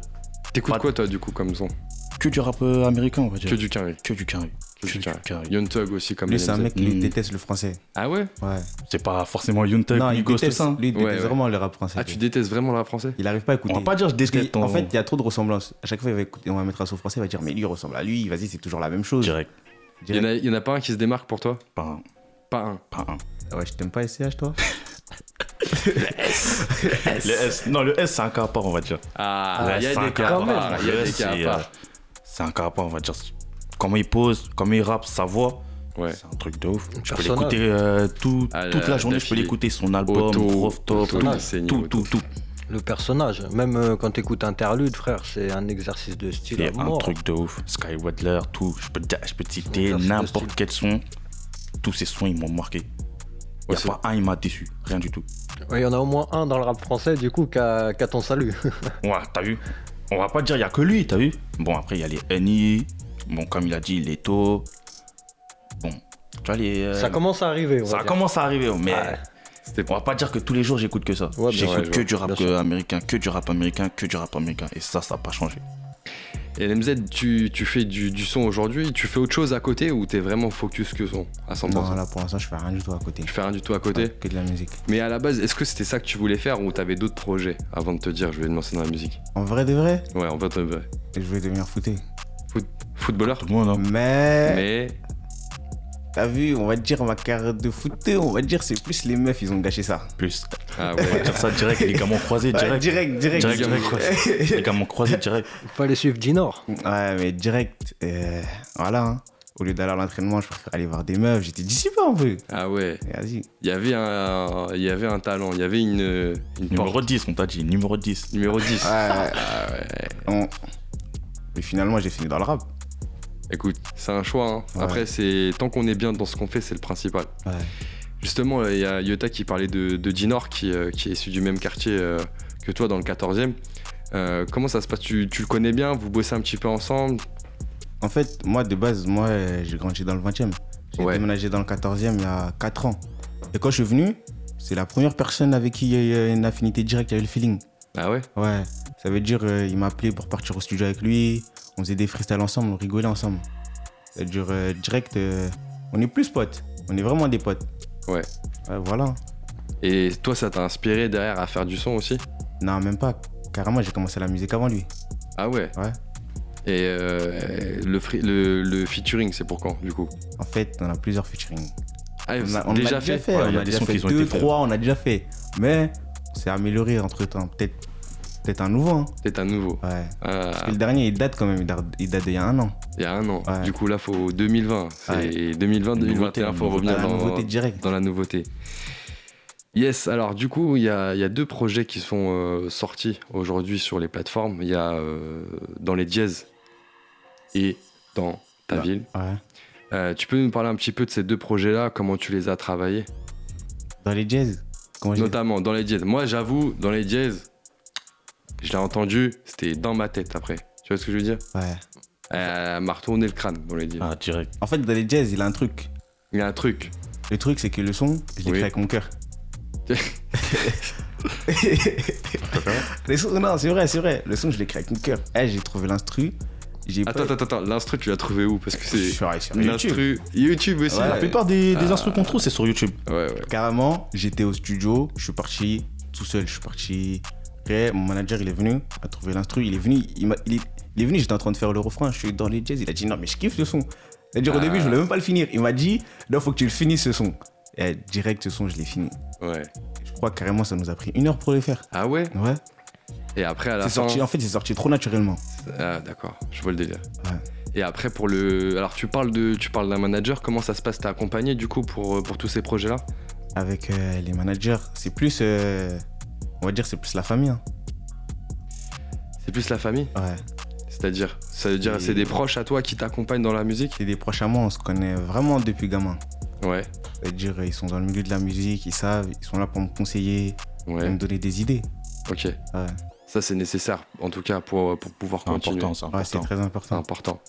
Speaker 2: T'écoutes
Speaker 4: Pas-
Speaker 2: quoi toi du coup comme son
Speaker 4: que du rap euh, américain, on va dire.
Speaker 2: Que du carré.
Speaker 4: que du carré.
Speaker 2: Que du carré.
Speaker 4: carré.
Speaker 2: Young Thug aussi comme
Speaker 5: Lui,
Speaker 2: les
Speaker 5: c'est un
Speaker 2: MZ.
Speaker 5: mec, lui, il
Speaker 4: Mm.
Speaker 5: déteste le français.
Speaker 2: Ah ouais
Speaker 5: Ouais.
Speaker 4: C'est pas forcément Young Thug,
Speaker 5: non, il
Speaker 4: Migos, tout
Speaker 5: déteste,
Speaker 4: ça. hein.
Speaker 5: lui, il
Speaker 2: Ouais,
Speaker 5: déteste
Speaker 2: ouais.
Speaker 5: vraiment le rap français.
Speaker 2: Ah tu détestes vraiment le rap français
Speaker 5: Il arrive pas à écouter.
Speaker 4: On va pas dire je
Speaker 5: Parce
Speaker 4: déteste
Speaker 5: que, En fait, il y a trop de ressemblances. À chaque fois, il va écouter, on va mettre un son français, il va dire, mais lui, il ressemble à lui, vas-y, c'est toujours la même chose.
Speaker 4: direct.
Speaker 2: Il y, en a, il y en a pas un qui se démarque pour toi
Speaker 4: Pas un,
Speaker 2: Pas un.
Speaker 4: pas un.
Speaker 5: Ouais, je t'aime pas, SCH, toi
Speaker 4: Le S, non, le S, c'est un cas à part, on va dire.
Speaker 2: Ah,
Speaker 4: Le
Speaker 2: il y
Speaker 4: S, c'est
Speaker 2: a
Speaker 4: un
Speaker 2: des
Speaker 4: cas
Speaker 2: cas
Speaker 4: à
Speaker 2: à
Speaker 4: part.
Speaker 2: part, il y
Speaker 4: Le
Speaker 2: a des
Speaker 4: S,
Speaker 2: cas à
Speaker 4: c'est,
Speaker 2: part.
Speaker 4: euh, C'est un cas à part, on va dire. Comment il pose, comment il rappe, sa voix.
Speaker 2: Ouais.
Speaker 4: C'est un truc de ouf. Je peux
Speaker 3: Personnage.
Speaker 4: l'écouter euh, tout-
Speaker 2: Ah,
Speaker 4: toute
Speaker 2: là,
Speaker 4: la journée, je peux
Speaker 2: d'affilée.
Speaker 4: l'écouter son album,
Speaker 2: Auto,
Speaker 4: Rough Top,
Speaker 2: auto,
Speaker 4: tout,
Speaker 2: Seigneur,
Speaker 4: tout,
Speaker 2: auto.
Speaker 4: tout, tout.
Speaker 3: Le personnage, même euh, quand t'écoutes Interlude, frère, c'est un exercice de style
Speaker 4: Il y
Speaker 3: à
Speaker 4: a un
Speaker 3: mort.
Speaker 4: truc de ouf. Sky Wattler, tout. Je peux, te dire- je peux te citer
Speaker 3: Putain, c'est
Speaker 4: n'importe
Speaker 3: stylé.
Speaker 4: quel son. Tous ces sons, ils m'ont marqué. Il
Speaker 2: Ouais,
Speaker 4: n'y a
Speaker 2: c'est-
Speaker 4: pas un, il m'a déçu. Rien du tout.
Speaker 3: Ouais, Il y en a au moins un dans le rap français, du coup, qu'à ton salut.
Speaker 4: Ouais, t'as vu On va pas dire il y a que lui, t'as vu Bon, après, il y a les Henny. Bon, comme il a dit, Leto. Bon, tu vois, les. euh,
Speaker 3: ça commence à arriver. on
Speaker 4: ça
Speaker 3: va dire.
Speaker 4: commence à arriver, oh, mais.
Speaker 3: Ouais.
Speaker 2: C'était
Speaker 4: On va pas dire que tous les jours j'écoute que ça.
Speaker 3: Ouais, bien
Speaker 4: j'écoute
Speaker 2: sûr,
Speaker 4: que
Speaker 2: ouais,
Speaker 4: du rap
Speaker 3: bien
Speaker 4: que
Speaker 3: sûr.
Speaker 4: américain, que du rap américain, que du rap américain. Et ça, ça n'a pas changé.
Speaker 2: Et LMZ, tu, tu fais du, du son aujourd'hui, tu fais autre chose à côté ou t'es vraiment focus que son à 100%
Speaker 5: Non, là, pour l'instant, je fais rien du tout à côté.
Speaker 2: Tu fais rien du tout à côté
Speaker 5: Que de la musique.
Speaker 2: Mais à la base, est-ce que c'était ça que tu voulais faire ou t'avais d'autres projets avant de te dire je vais me lancer dans la musique
Speaker 5: En vrai de vrai,
Speaker 2: Ouais, en fait, euh,
Speaker 5: je voulais devenir footé.
Speaker 2: foot- footballeur
Speaker 4: Tout le monde, hein.
Speaker 5: Mais,
Speaker 2: Mais
Speaker 5: t'as vu, on va dire ma carrière de footé, on va dire c'est plus les meufs, ils ont gâché ça.
Speaker 4: Plus.
Speaker 2: ah
Speaker 4: On va
Speaker 2: ouais.
Speaker 4: dire ça direct, les gamins croisés,
Speaker 5: Ouais,
Speaker 4: direct.
Speaker 5: direct, Bah, direct.
Speaker 4: Direct, direct, direct. Les gamins croisés, direct.
Speaker 3: Il fallait suivre Dinor.
Speaker 5: Ouais, mais direct, euh, voilà. hein. Au lieu d'aller à l'entraînement, je préfère aller voir des meufs. J'étais dissipé un peu.
Speaker 2: Ah ouais,
Speaker 5: Et Vas-y.
Speaker 2: il y avait un il y avait un talent, il y avait une une porte.
Speaker 4: Numéro 10, on t'a dit, numéro 10.
Speaker 2: numéro 10.
Speaker 5: Ouais, on- Mais finalement, j'ai fini dans le rap.
Speaker 2: Écoute, c'est un choix hein.
Speaker 5: Ouais.
Speaker 2: Après c'est tant qu'on est bien dans ce qu'on fait, c'est le principal.
Speaker 5: Ouais.
Speaker 2: Justement, il y a Yota qui parlait de, de Dinor, qui, euh, qui est issu du même quartier euh, que toi dans le 14e. Euh, comment ça se passe tu, tu le connais bien Vous bossez un petit peu ensemble
Speaker 5: En fait, moi, de base, moi, euh, j'ai grandi dans le 20 e J'ai
Speaker 2: Ouais.
Speaker 5: déménagé dans le 14 e il y a 4 ans. Et quand je suis venu, c'est la première personne avec qui il y a eu une affinité directe, il y a eu le feeling.
Speaker 2: Ah ouais
Speaker 5: Bah Ouais. Ça veut dire, euh, il m'a appelé pour partir au studio avec lui. On faisait des freestyles ensemble, on rigolait ensemble. Ça veut dire, euh, direct, euh, on est plus potes. On est vraiment des potes.
Speaker 2: Ouais.
Speaker 5: Ouais, voilà.
Speaker 2: Et toi, ça t'a inspiré derrière à faire du son aussi
Speaker 5: Non, même pas. Carrément, j'ai commencé la musique avant lui.
Speaker 2: Ah ouais
Speaker 5: Ouais.
Speaker 2: Et euh, le, free- le, le featuring, c'est pour quand du coup
Speaker 5: En fait, on a plusieurs featuring.
Speaker 2: Ah,
Speaker 5: On a,
Speaker 2: c'est
Speaker 5: on
Speaker 2: déjà
Speaker 5: l'a
Speaker 2: fait,
Speaker 4: Ouais,
Speaker 5: on
Speaker 4: il y a des
Speaker 5: a déjà
Speaker 4: sons
Speaker 5: fait
Speaker 4: qui ont
Speaker 5: deux,
Speaker 4: été faits.
Speaker 5: trois, on a déjà fait. Mais c'est amélioré entre temps. Peut-être peut-être un nouveau. hein.
Speaker 2: C'est un nouveau.
Speaker 5: Ouais.
Speaker 2: Euh,
Speaker 5: Parce que le dernier, il date quand même, il date, il date d'il y a un an.
Speaker 2: il y a un an.
Speaker 5: Ouais.
Speaker 2: Du coup, là, faut 2020. C'est
Speaker 5: Ouais.
Speaker 2: 2020,
Speaker 4: Une
Speaker 2: 2021,
Speaker 4: nouveauté,
Speaker 2: faut
Speaker 4: une
Speaker 5: Ah,
Speaker 2: revenir
Speaker 5: la
Speaker 2: dans,
Speaker 5: nouveauté direct.
Speaker 2: dans la nouveauté. Yes, alors du coup, il y a, il y a deux projets qui sont euh, sortis aujourd'hui sur les plateformes. Il y a euh, dans les dièses et dans ta
Speaker 4: Bah.
Speaker 2: ville.
Speaker 5: Ouais.
Speaker 2: Euh, tu peux nous parler un petit peu de ces deux projets-là, comment tu les as travaillés
Speaker 5: Dans les jazz. Comment j'ai-
Speaker 2: Notamment dans les dièses. Moi, j'avoue, dans les dièses, je l'ai entendu, c'était dans ma tête après. Tu vois ce que je veux dire
Speaker 5: Ouais.
Speaker 2: Euh, Elle m'a retourné le crâne dans les dièses.
Speaker 4: Ah, direct.
Speaker 5: En fait, dans les jazz, il a un truc.
Speaker 2: Il y a un truc.
Speaker 5: Le truc, c'est que le son, je
Speaker 2: Oui.
Speaker 5: l'ai créé avec mon cœur. Le son, non, c'est vrai, c'est vrai. Le son, je l'ai créé avec mon cœur. Eh, j'ai trouvé l'instru. J'ai
Speaker 2: Attends, attends, attends, l'instru, tu l'as trouvé où Parce que
Speaker 5: Je suis
Speaker 2: c'est
Speaker 5: allé sur YouTube.
Speaker 2: l'instru YouTube aussi.
Speaker 5: Ouais. Ah.
Speaker 4: La plupart des, des instruments qu'on trouve, c'est sur YouTube.
Speaker 2: Ouais, ouais.
Speaker 5: Carrément, j'étais au studio, je suis parti tout seul, je suis parti. Après, mon manager, il est venu, a trouvé l'instru, il est venu, il, m'a- il est, il est venu, j'étais en train de faire le refrain, je suis dans les jazz, il a dit non, mais je kiffe ce son. C'est-à-dire,
Speaker 2: Ah.
Speaker 5: au début, je voulais même pas le finir. Il m'a dit, non, faut que tu le finisses ce son. Et direct, ce son, je l'ai fini.
Speaker 2: ouais.
Speaker 5: Je crois carrément, ça nous a pris une heure pour le faire.
Speaker 2: Ah ouais
Speaker 5: Ouais.
Speaker 2: Et après, à la
Speaker 5: C'est
Speaker 2: fin.
Speaker 5: sorti, en fait, c'est sorti trop naturellement.
Speaker 2: Ah, d'accord, je vois le délire.
Speaker 5: Ouais.
Speaker 2: Et après, pour le. Alors, tu parles de, tu parles d'un manager, comment ça se passe T'es accompagné du coup pour, pour tous ces projets-là
Speaker 5: Avec euh, les managers, c'est plus. euh, on va dire, c'est plus la famille. hein.
Speaker 2: C'est plus la famille
Speaker 5: Ouais.
Speaker 2: C'est-à-dire Ça veut dire,
Speaker 5: Et-
Speaker 2: c'est des proches à toi qui t'accompagnent dans la musique
Speaker 5: C'est des proches à moi, on se connaît vraiment depuis gamin.
Speaker 2: Ouais,
Speaker 5: C'est-à-dire, euh, ils sont dans le milieu de la musique, ils savent, ils sont là pour me conseiller, pour
Speaker 2: ouais,
Speaker 5: me donner des idées.
Speaker 2: ok.
Speaker 5: Mm. Ouais,
Speaker 2: Ça, c'est nécessaire, en tout cas, pour, pour pouvoir
Speaker 4: C'est
Speaker 2: continuer.
Speaker 4: important, c'est
Speaker 5: Ouais, c'est
Speaker 4: important.
Speaker 5: très
Speaker 2: C'est
Speaker 5: important.
Speaker 2: important.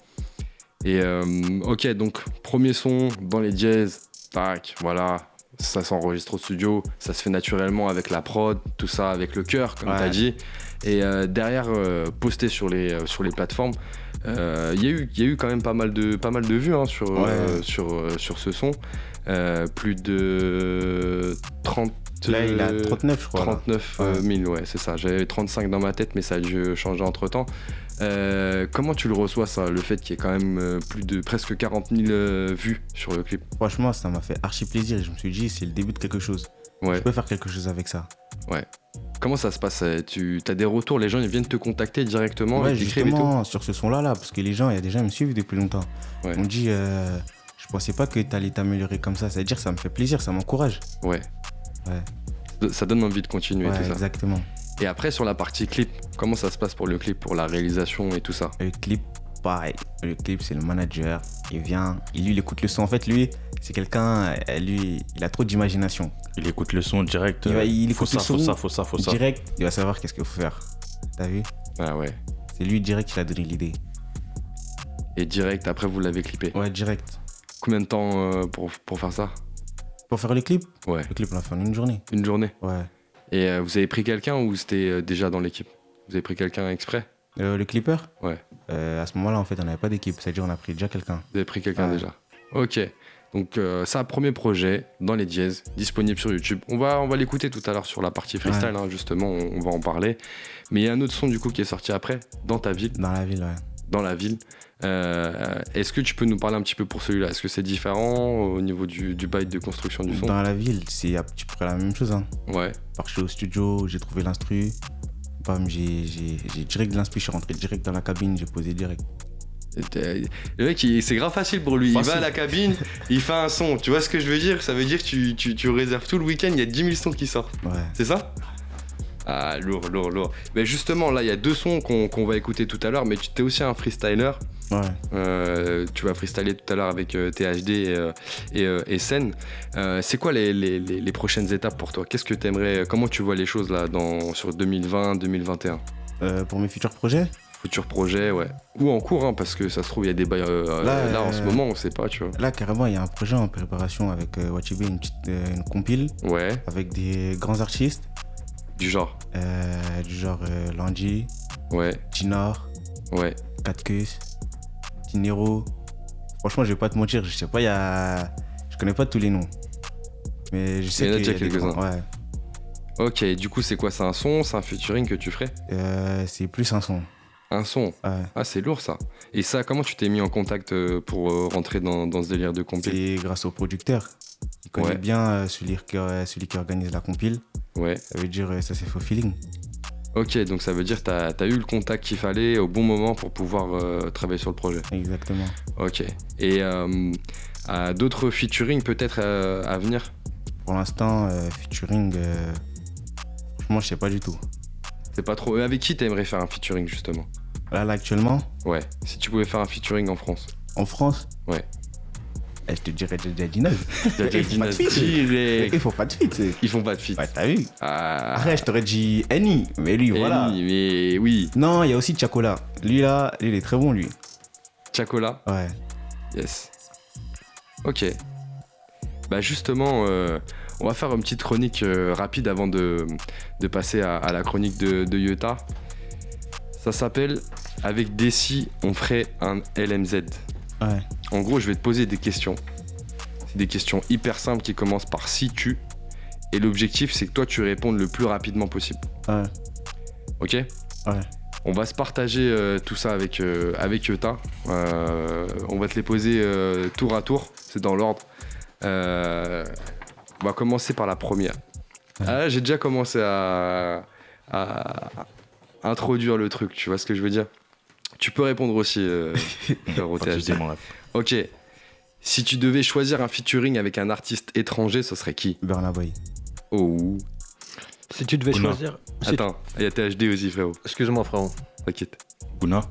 Speaker 2: Et euh, ok, donc premier son dans les dièses, tac, voilà, ça s'enregistre au studio, ça se fait naturellement avec la prod, tout ça avec le cœur, comme
Speaker 5: Ouais.
Speaker 2: t'as dit. Et euh, derrière, euh, posté sur les, euh, sur les plateformes, euh, il y, a eu- il y a eu quand même pas mal de, pas mal de vues hein, sur, euh, sur, euh, sur ce son. Euh, plus de euh, 30.
Speaker 5: Là, il a 39, je crois. là.
Speaker 2: 39
Speaker 5: Ouais.
Speaker 2: 000, euh, ouais, c'est ça. J'avais 35 dans ma tête, mais ça a dû changer entre temps. comment tu le reçois, ça, le fait qu'il y ait quand même euh, plus de presque 40 000 euh, vues sur le clip
Speaker 5: Franchement, ça m'a fait archi plaisir. et Je me suis dit, c'est le début de quelque chose.
Speaker 2: Ouais.
Speaker 5: Je peux faire quelque chose avec ça.
Speaker 2: Comment ça se passe euh, Tu as des retours, les gens ils viennent te contacter directement
Speaker 5: ouais,
Speaker 2: ils t'écrivent et tout
Speaker 5: justement, sur ce son-là, là, parce que les gens, il y a des gens qui me suivent depuis longtemps.
Speaker 2: Ouais.
Speaker 5: On dit, euh, je pensais pas que t'allais t'améliorer comme ça. C'est-à-dire, ça me fait plaisir, ça m'encourage.
Speaker 2: Ouais.
Speaker 5: Ouais.
Speaker 2: D- Ça donne envie de continuer
Speaker 5: Ouais,
Speaker 2: tout ça.
Speaker 5: exactement.
Speaker 2: Et après, sur la partie clip, comment ça se passe pour le clip, pour la réalisation et tout ça
Speaker 5: Le clip, pareil. Le clip, c'est le manager. Il vient, il- lui, il écoute le son. En fait, lui, c'est quelqu'un, euh, lui, il a trop d'imagination.
Speaker 4: Il écoute le son direct.
Speaker 5: Il va-
Speaker 4: euh,
Speaker 5: il
Speaker 4: faut
Speaker 5: écoute le
Speaker 4: ça, faut
Speaker 5: son
Speaker 4: ça, faut ça, faut ça.
Speaker 5: Direct, il va savoir qu'est-ce qu'il faut faire. T'as vu
Speaker 2: Ah ouais.
Speaker 5: C'est lui direct qui l'a donné l'idée.
Speaker 2: Et direct, après, vous l'avez clippé.
Speaker 5: Ouais, direct.
Speaker 2: Combien de temps euh, pour, pour faire ça
Speaker 5: Pour faire le clip
Speaker 2: Ouais.
Speaker 5: Le clip, on l'a fait en une journée.
Speaker 2: Une journée
Speaker 5: Ouais.
Speaker 2: Et euh, vous avez pris quelqu'un ou c'était euh, déjà dans l'équipe Vous avez pris quelqu'un exprès
Speaker 5: Euh, le clipper
Speaker 2: Ouais.
Speaker 5: Euh, à ce moment-là, en fait, on n'avait pas d'équipe. C'est-à-dire, on a pris déjà quelqu'un.
Speaker 2: Vous avez pris quelqu'un
Speaker 5: Ouais.
Speaker 2: déjà Ok. Donc euh, ça, premier projet dans les dièses, disponible sur YouTube. On va, on va l'écouter tout à l'heure sur la partie freestyle, hein, justement, on, on va en parler. Mais il y a un autre son du coup qui est sorti après, dans ta ville,
Speaker 5: Dans la ville, ouais.
Speaker 2: dans la ville. Euh, Est-ce que tu peux nous parler un petit peu pour celui-là Est-ce que c'est différent au niveau du, du bail de construction du son
Speaker 5: Dans la ville, c'est à peu près la même chose. Hein.
Speaker 2: Ouais,
Speaker 5: Parti au studio, j'ai trouvé l'instru. Bam, j'ai j'ai- j'ai direct de l'instru. Je suis rentré direct dans la cabine, j'ai posé direct.
Speaker 2: Euh, Le mec, il- c'est grave facile pour lui. Il
Speaker 5: Facile.
Speaker 2: va à la cabine, il fait un son. Tu vois ce que je veux dire Ça veut dire que tu, tu, tu réserves tout le week-end, il y a 10 000 sons qui sortent.
Speaker 5: Ouais.
Speaker 2: C'est ça Ah, lourd, lourd, lourd. Mais justement, là, il y a deux sons qu'on qu'on va écouter tout à l'heure, mais tu t'es aussi un freestyler.
Speaker 5: Ouais.
Speaker 2: Euh, tu vas freestyler tout à l'heure avec euh, THD et, euh, et, euh, et Sen. Euh, c'est quoi les, les- les- les prochaines étapes pour toi Qu'est-ce que t'aimerais Comment tu vois les choses là dans, sur 2020, 2021
Speaker 5: Euh, pour mes futurs projets
Speaker 2: Futur projet, ouais. Ou en cours, hein, parce que ça se trouve, il y a des bails euh, là,
Speaker 5: Là,
Speaker 2: en
Speaker 5: euh,
Speaker 2: ce moment, on sait pas, tu vois.
Speaker 5: Là, carrément, il y a un projet en préparation avec euh, Wachibé, une, petite, euh, une compile
Speaker 2: Ouais,
Speaker 5: avec des grands artistes
Speaker 2: du genre.
Speaker 5: euh, du genre euh, Landy,
Speaker 2: Ouais,
Speaker 5: Dinor,
Speaker 2: ouais.
Speaker 5: Katkus, Dinero. Franchement, je vais pas te mentir, je sais pas, il y a. Je connais pas tous les noms. Mais je sais
Speaker 2: Il y en a
Speaker 5: qu'il
Speaker 2: déjà
Speaker 5: des
Speaker 2: quelques-uns.
Speaker 5: grands- Ouais.
Speaker 2: Ok, du coup, c'est quoi C'est un son C'est un featuring que tu ferais
Speaker 5: Euh, c'est plus un son.
Speaker 2: Un son
Speaker 5: Ouais.
Speaker 2: Ah, c'est lourd ça. Et ça, comment tu t'es mis en contact euh, pour euh, rentrer dans, dans ce délire de compil
Speaker 5: C'est grâce au producteur. Il connaît
Speaker 2: Ouais.
Speaker 5: bien euh, celui, qui, euh, celui qui organise la compile.
Speaker 2: Ouais,
Speaker 5: Ça veut dire, euh, ça c'est faux feeling.
Speaker 2: Ok, donc ça veut dire que t'as as eu le contact qu'il fallait au bon moment pour pouvoir euh, travailler sur le projet.
Speaker 5: Exactement.
Speaker 2: Ok. Et euh, à d'autres featuring peut-être euh, à venir
Speaker 5: Pour l'instant, euh, featuring, euh, franchement, je sais pas du tout.
Speaker 2: C'est pas trop. Euh, Avec qui t'aimerais faire un featuring justement
Speaker 5: Là, là, actuellement,
Speaker 2: Ouais. Si tu pouvais faire un featuring en France.
Speaker 5: en France
Speaker 2: Ouais.
Speaker 5: Eh, je te dirais j'ai déjà dit neuf.
Speaker 2: T'as déjà
Speaker 5: Ils
Speaker 2: dit
Speaker 5: font pas de
Speaker 2: Nas-
Speaker 5: feat.
Speaker 2: Direct.
Speaker 5: Il faut pas de feat. c'est-
Speaker 2: Ils font pas de feat.
Speaker 5: Ouais, t'as vu
Speaker 2: Ah.
Speaker 5: Après, je t'aurais dit Annie, mais lui,
Speaker 2: Eh
Speaker 5: voilà.
Speaker 2: oui, mais oui.
Speaker 5: Non, il y a aussi Chacola. Lui, là, lui, il est très bon, lui.
Speaker 2: Chacola.
Speaker 5: Ouais.
Speaker 2: Yes. Ok. Bah justement, euh, on va faire une petite chronique euh, rapide avant de, de passer à, à la chronique de, de Yota. Ça s'appelle Avec Desi, on ferait un LMZ.
Speaker 5: Ouais.
Speaker 2: En gros, je vais te poser des questions. C'est des questions hyper simples qui commencent par si tu. Et l'objectif, c'est que toi, tu répondes le plus rapidement possible.
Speaker 5: Ouais.
Speaker 2: Ok
Speaker 5: Ouais.
Speaker 2: On va se partager euh, tout ça avec, euh, avec Yota. Euh, on va te les poser euh, tour à tour. C'est dans l'ordre. Euh, on va commencer par la première.
Speaker 5: Ouais.
Speaker 2: Ah, là, j'ai déjà commencé à, à introduire le truc. Tu vois ce que je veux dire Tu peux répondre aussi, euh, frérot
Speaker 4: Pas de
Speaker 2: THD.
Speaker 4: soucis, mon ref.
Speaker 2: Ok. Si tu devais choisir un featuring avec un artiste étranger, ce serait qui
Speaker 5: Burnaboy.
Speaker 2: Oh.
Speaker 3: Si tu devais
Speaker 4: Ouna.
Speaker 3: choisir. si-
Speaker 2: Attends, il y a THD aussi, frérot.
Speaker 3: Excuse-moi, frérot.
Speaker 2: T'inquiète.
Speaker 4: Kuna.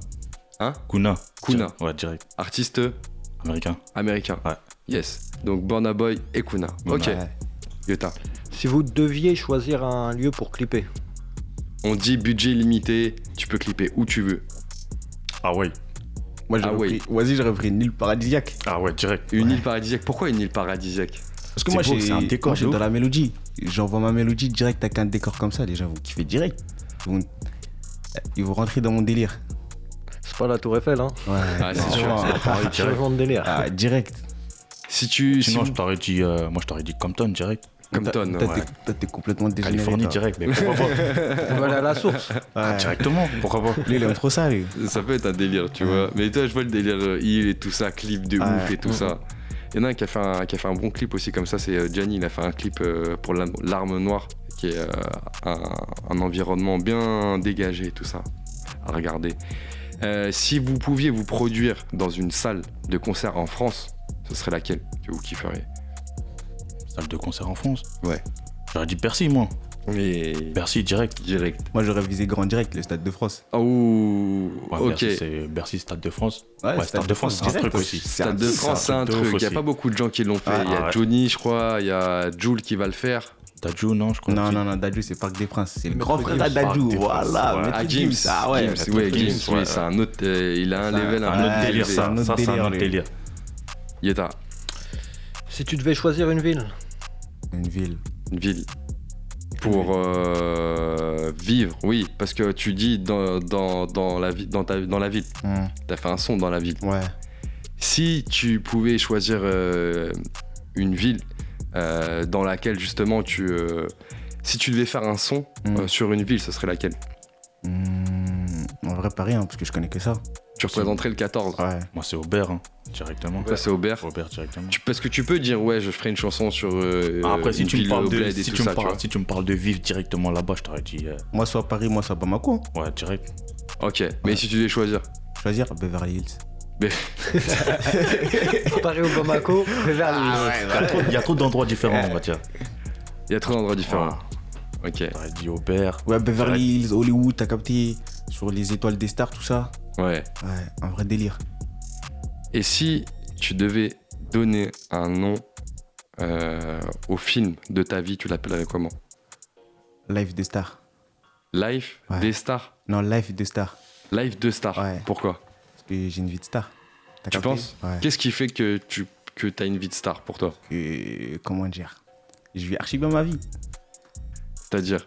Speaker 2: Hein
Speaker 4: Kuna.
Speaker 2: Kuna.
Speaker 4: Direct. Ouais, direct.
Speaker 2: Artiste
Speaker 4: Américain.
Speaker 2: américain.
Speaker 4: Ouais.
Speaker 2: Yes. Donc Burna Boy et Kuna.
Speaker 4: Burna,
Speaker 2: ok.
Speaker 5: Ouais.
Speaker 2: Yota.
Speaker 3: Si vous deviez choisir un lieu pour clipper,
Speaker 2: On dit budget limité, tu peux clipper où tu veux.
Speaker 4: Ah ouais.
Speaker 5: Moi,
Speaker 2: Ah
Speaker 5: j'aurais
Speaker 2: oui.
Speaker 5: pris. Vas-y, j'aurais pris Nil Paradisiaque.
Speaker 4: Ah ouais, direct.
Speaker 2: Une île paradisiaque. Pourquoi une île paradisiaque
Speaker 5: Parce que
Speaker 4: C'est
Speaker 5: moi,
Speaker 4: beau,
Speaker 5: j'ai-
Speaker 4: c'est un décor
Speaker 5: moi, je suis
Speaker 4: de
Speaker 5: dans
Speaker 4: ouf.
Speaker 5: la mélodie. J'envoie ma mélodie direct avec un décor comme ça, les gens vont kiffer direct. Ils vont, ils vont rentrer dans mon délire.
Speaker 3: c'est pas la Tour Eiffel, hein.
Speaker 5: Ouais,
Speaker 2: Ah, c'est
Speaker 5: non,
Speaker 2: sûr,
Speaker 5: vraiment.
Speaker 4: c'est la Paris, direct.
Speaker 3: Changement de délire.
Speaker 5: Ah, direct.
Speaker 2: Si tu.
Speaker 4: Sinon,
Speaker 2: si-
Speaker 4: je t'aurais dit, euh, moi je t'aurais dit Compton direct.
Speaker 2: Compton.
Speaker 5: Toi,
Speaker 2: ouais.
Speaker 5: t'es- toi, t'es complètement dégénéré.
Speaker 4: Californie
Speaker 5: toi.
Speaker 4: direct, mais pourquoi pas
Speaker 3: On va aller à la source.
Speaker 5: Ouais.
Speaker 4: Ah, Directement, pourquoi pas
Speaker 5: Lui, il aime trop ça, lui.
Speaker 2: Ça peut être un délire, tu
Speaker 5: Ouais.
Speaker 2: vois. Mais toi, je vois le délire euh, île et tout ça, clip de ouf
Speaker 5: Ouais.
Speaker 2: et tout ça. Il y en a un qui a fait un, qui a fait un bon clip aussi, comme ça, c'est euh, Gianni. Il a fait un clip euh, pour l'âme- l'arme noire, qui est euh, un, un environnement bien dégagé et tout ça. À regarder. Euh, si vous pouviez vous produire dans une salle de concert en France, ce serait laquelle que vous kifferiez
Speaker 4: Salle de concert en France
Speaker 2: Ouais.
Speaker 4: J'aurais dit Percy, moi.
Speaker 2: Mais.
Speaker 4: Bercy direct.
Speaker 2: Direct.
Speaker 5: Moi, j'aurais visé grand direct, le Stade de France.
Speaker 2: Oh,
Speaker 4: Ouais,
Speaker 2: ok.
Speaker 4: Bercy, c'est Bercy Stade de France. Ouais,
Speaker 5: le
Speaker 4: Stade de France, c'est un
Speaker 5: direct.
Speaker 4: truc aussi.
Speaker 5: C'est un
Speaker 2: Stade de
Speaker 5: truc,
Speaker 2: France, c'est un
Speaker 4: de ouf
Speaker 2: truc. Il n'y a
Speaker 4: aussi.
Speaker 2: pas beaucoup de gens qui l'ont fait.
Speaker 5: Ah,
Speaker 2: Il y a
Speaker 4: ouais.
Speaker 2: Johnny, je crois. Il y a Jules qui va le faire.
Speaker 4: Dadju, non, je crois.
Speaker 5: Non, non, non, Dadju, c'est Parc des Princes. C'est le
Speaker 3: Mais
Speaker 5: grand
Speaker 3: Parc
Speaker 5: frère
Speaker 3: des
Speaker 5: d'Adju.
Speaker 4: Princes,
Speaker 5: Voilà,
Speaker 4: ouais.
Speaker 5: Maître
Speaker 2: Ah, James.
Speaker 5: Gims. Ah ouais.
Speaker 2: James,
Speaker 4: Maître
Speaker 2: ouais,
Speaker 4: Gims,
Speaker 2: James, ouais,
Speaker 4: ouais.
Speaker 2: c'est un autre. euh, il a un
Speaker 5: C'est un-
Speaker 2: level
Speaker 4: C'est
Speaker 2: un,
Speaker 4: un
Speaker 2: peu
Speaker 4: autre
Speaker 5: Ouais,
Speaker 4: délire,
Speaker 2: élevé.
Speaker 4: ça.
Speaker 5: un autre
Speaker 4: ça, c'est un
Speaker 5: délire,
Speaker 4: autre
Speaker 5: lui.
Speaker 4: délire.
Speaker 2: Yeta,
Speaker 3: Si tu devais choisir une ville,
Speaker 5: Une ville.
Speaker 2: une ville. Pour euh, vivre, oui, parce que tu dis dans, dans, dans la, vi- dans, ta- dans la ville.
Speaker 5: Hmm,
Speaker 2: T'as fait un son dans la ville.
Speaker 5: Ouais.
Speaker 2: Si tu pouvais choisir euh, une ville euh, dans laquelle justement tu. euh, si tu devais faire un son
Speaker 5: Mm.
Speaker 2: euh, sur une ville, ce serait laquelle
Speaker 5: Hmm, En vrai, pas rien, parce que je connais que ça.
Speaker 2: Tu représenterais le 14.
Speaker 5: Ouais.
Speaker 4: Moi, c'est Aubert, hein, directement.
Speaker 2: Ça, c'est Aubert.
Speaker 4: Aubert directement.
Speaker 2: Tu- parce que tu peux dire, ouais, je ferai une chanson sur. euh,
Speaker 4: Ah, Après, si
Speaker 2: une
Speaker 4: tu me
Speaker 2: ville
Speaker 4: parles
Speaker 2: au
Speaker 4: de
Speaker 2: bled et
Speaker 4: si
Speaker 2: tout
Speaker 4: tu me
Speaker 2: ça,
Speaker 4: parles-
Speaker 2: vois.
Speaker 4: si tu me parles de vivre directement là-bas, je t'aurais dit euh,
Speaker 5: Moi, soit Paris, moi, soit Bamako. hein.
Speaker 4: ouais direct.
Speaker 2: Ok, mais si tu devais choisir.
Speaker 5: Choisir Beverly Hills.
Speaker 3: Paris ou Bamako,
Speaker 4: Ah,
Speaker 3: Beverly Hills.
Speaker 4: Il y a trop d'endroits différents, on va dire.
Speaker 2: Il y a trois endroits différents. Ok,
Speaker 4: J'aurais dit Aubert.
Speaker 5: Ouais, Beverly Hills, Hollywood, t'as capté sur les étoiles des stars, tout ça.
Speaker 2: ouais.
Speaker 5: Ouais, un vrai délire.
Speaker 2: Et si tu devais donner un nom euh, au film de ta vie, tu l'appellerais comment
Speaker 5: Life des stars.
Speaker 2: Life
Speaker 5: Ouais.
Speaker 2: des stars
Speaker 5: Non, Life des stars.
Speaker 2: Life de stars
Speaker 5: Ouais.
Speaker 2: Pourquoi
Speaker 5: Parce que j'ai une vie de star. T'as
Speaker 2: Tu
Speaker 5: capté
Speaker 2: penses
Speaker 5: Ouais.
Speaker 2: Qu'est-ce qui fait que tu que as une vie de star pour toi
Speaker 5: Que- comment dire Je vis archi bien ma vie.
Speaker 2: C'est-à-dire,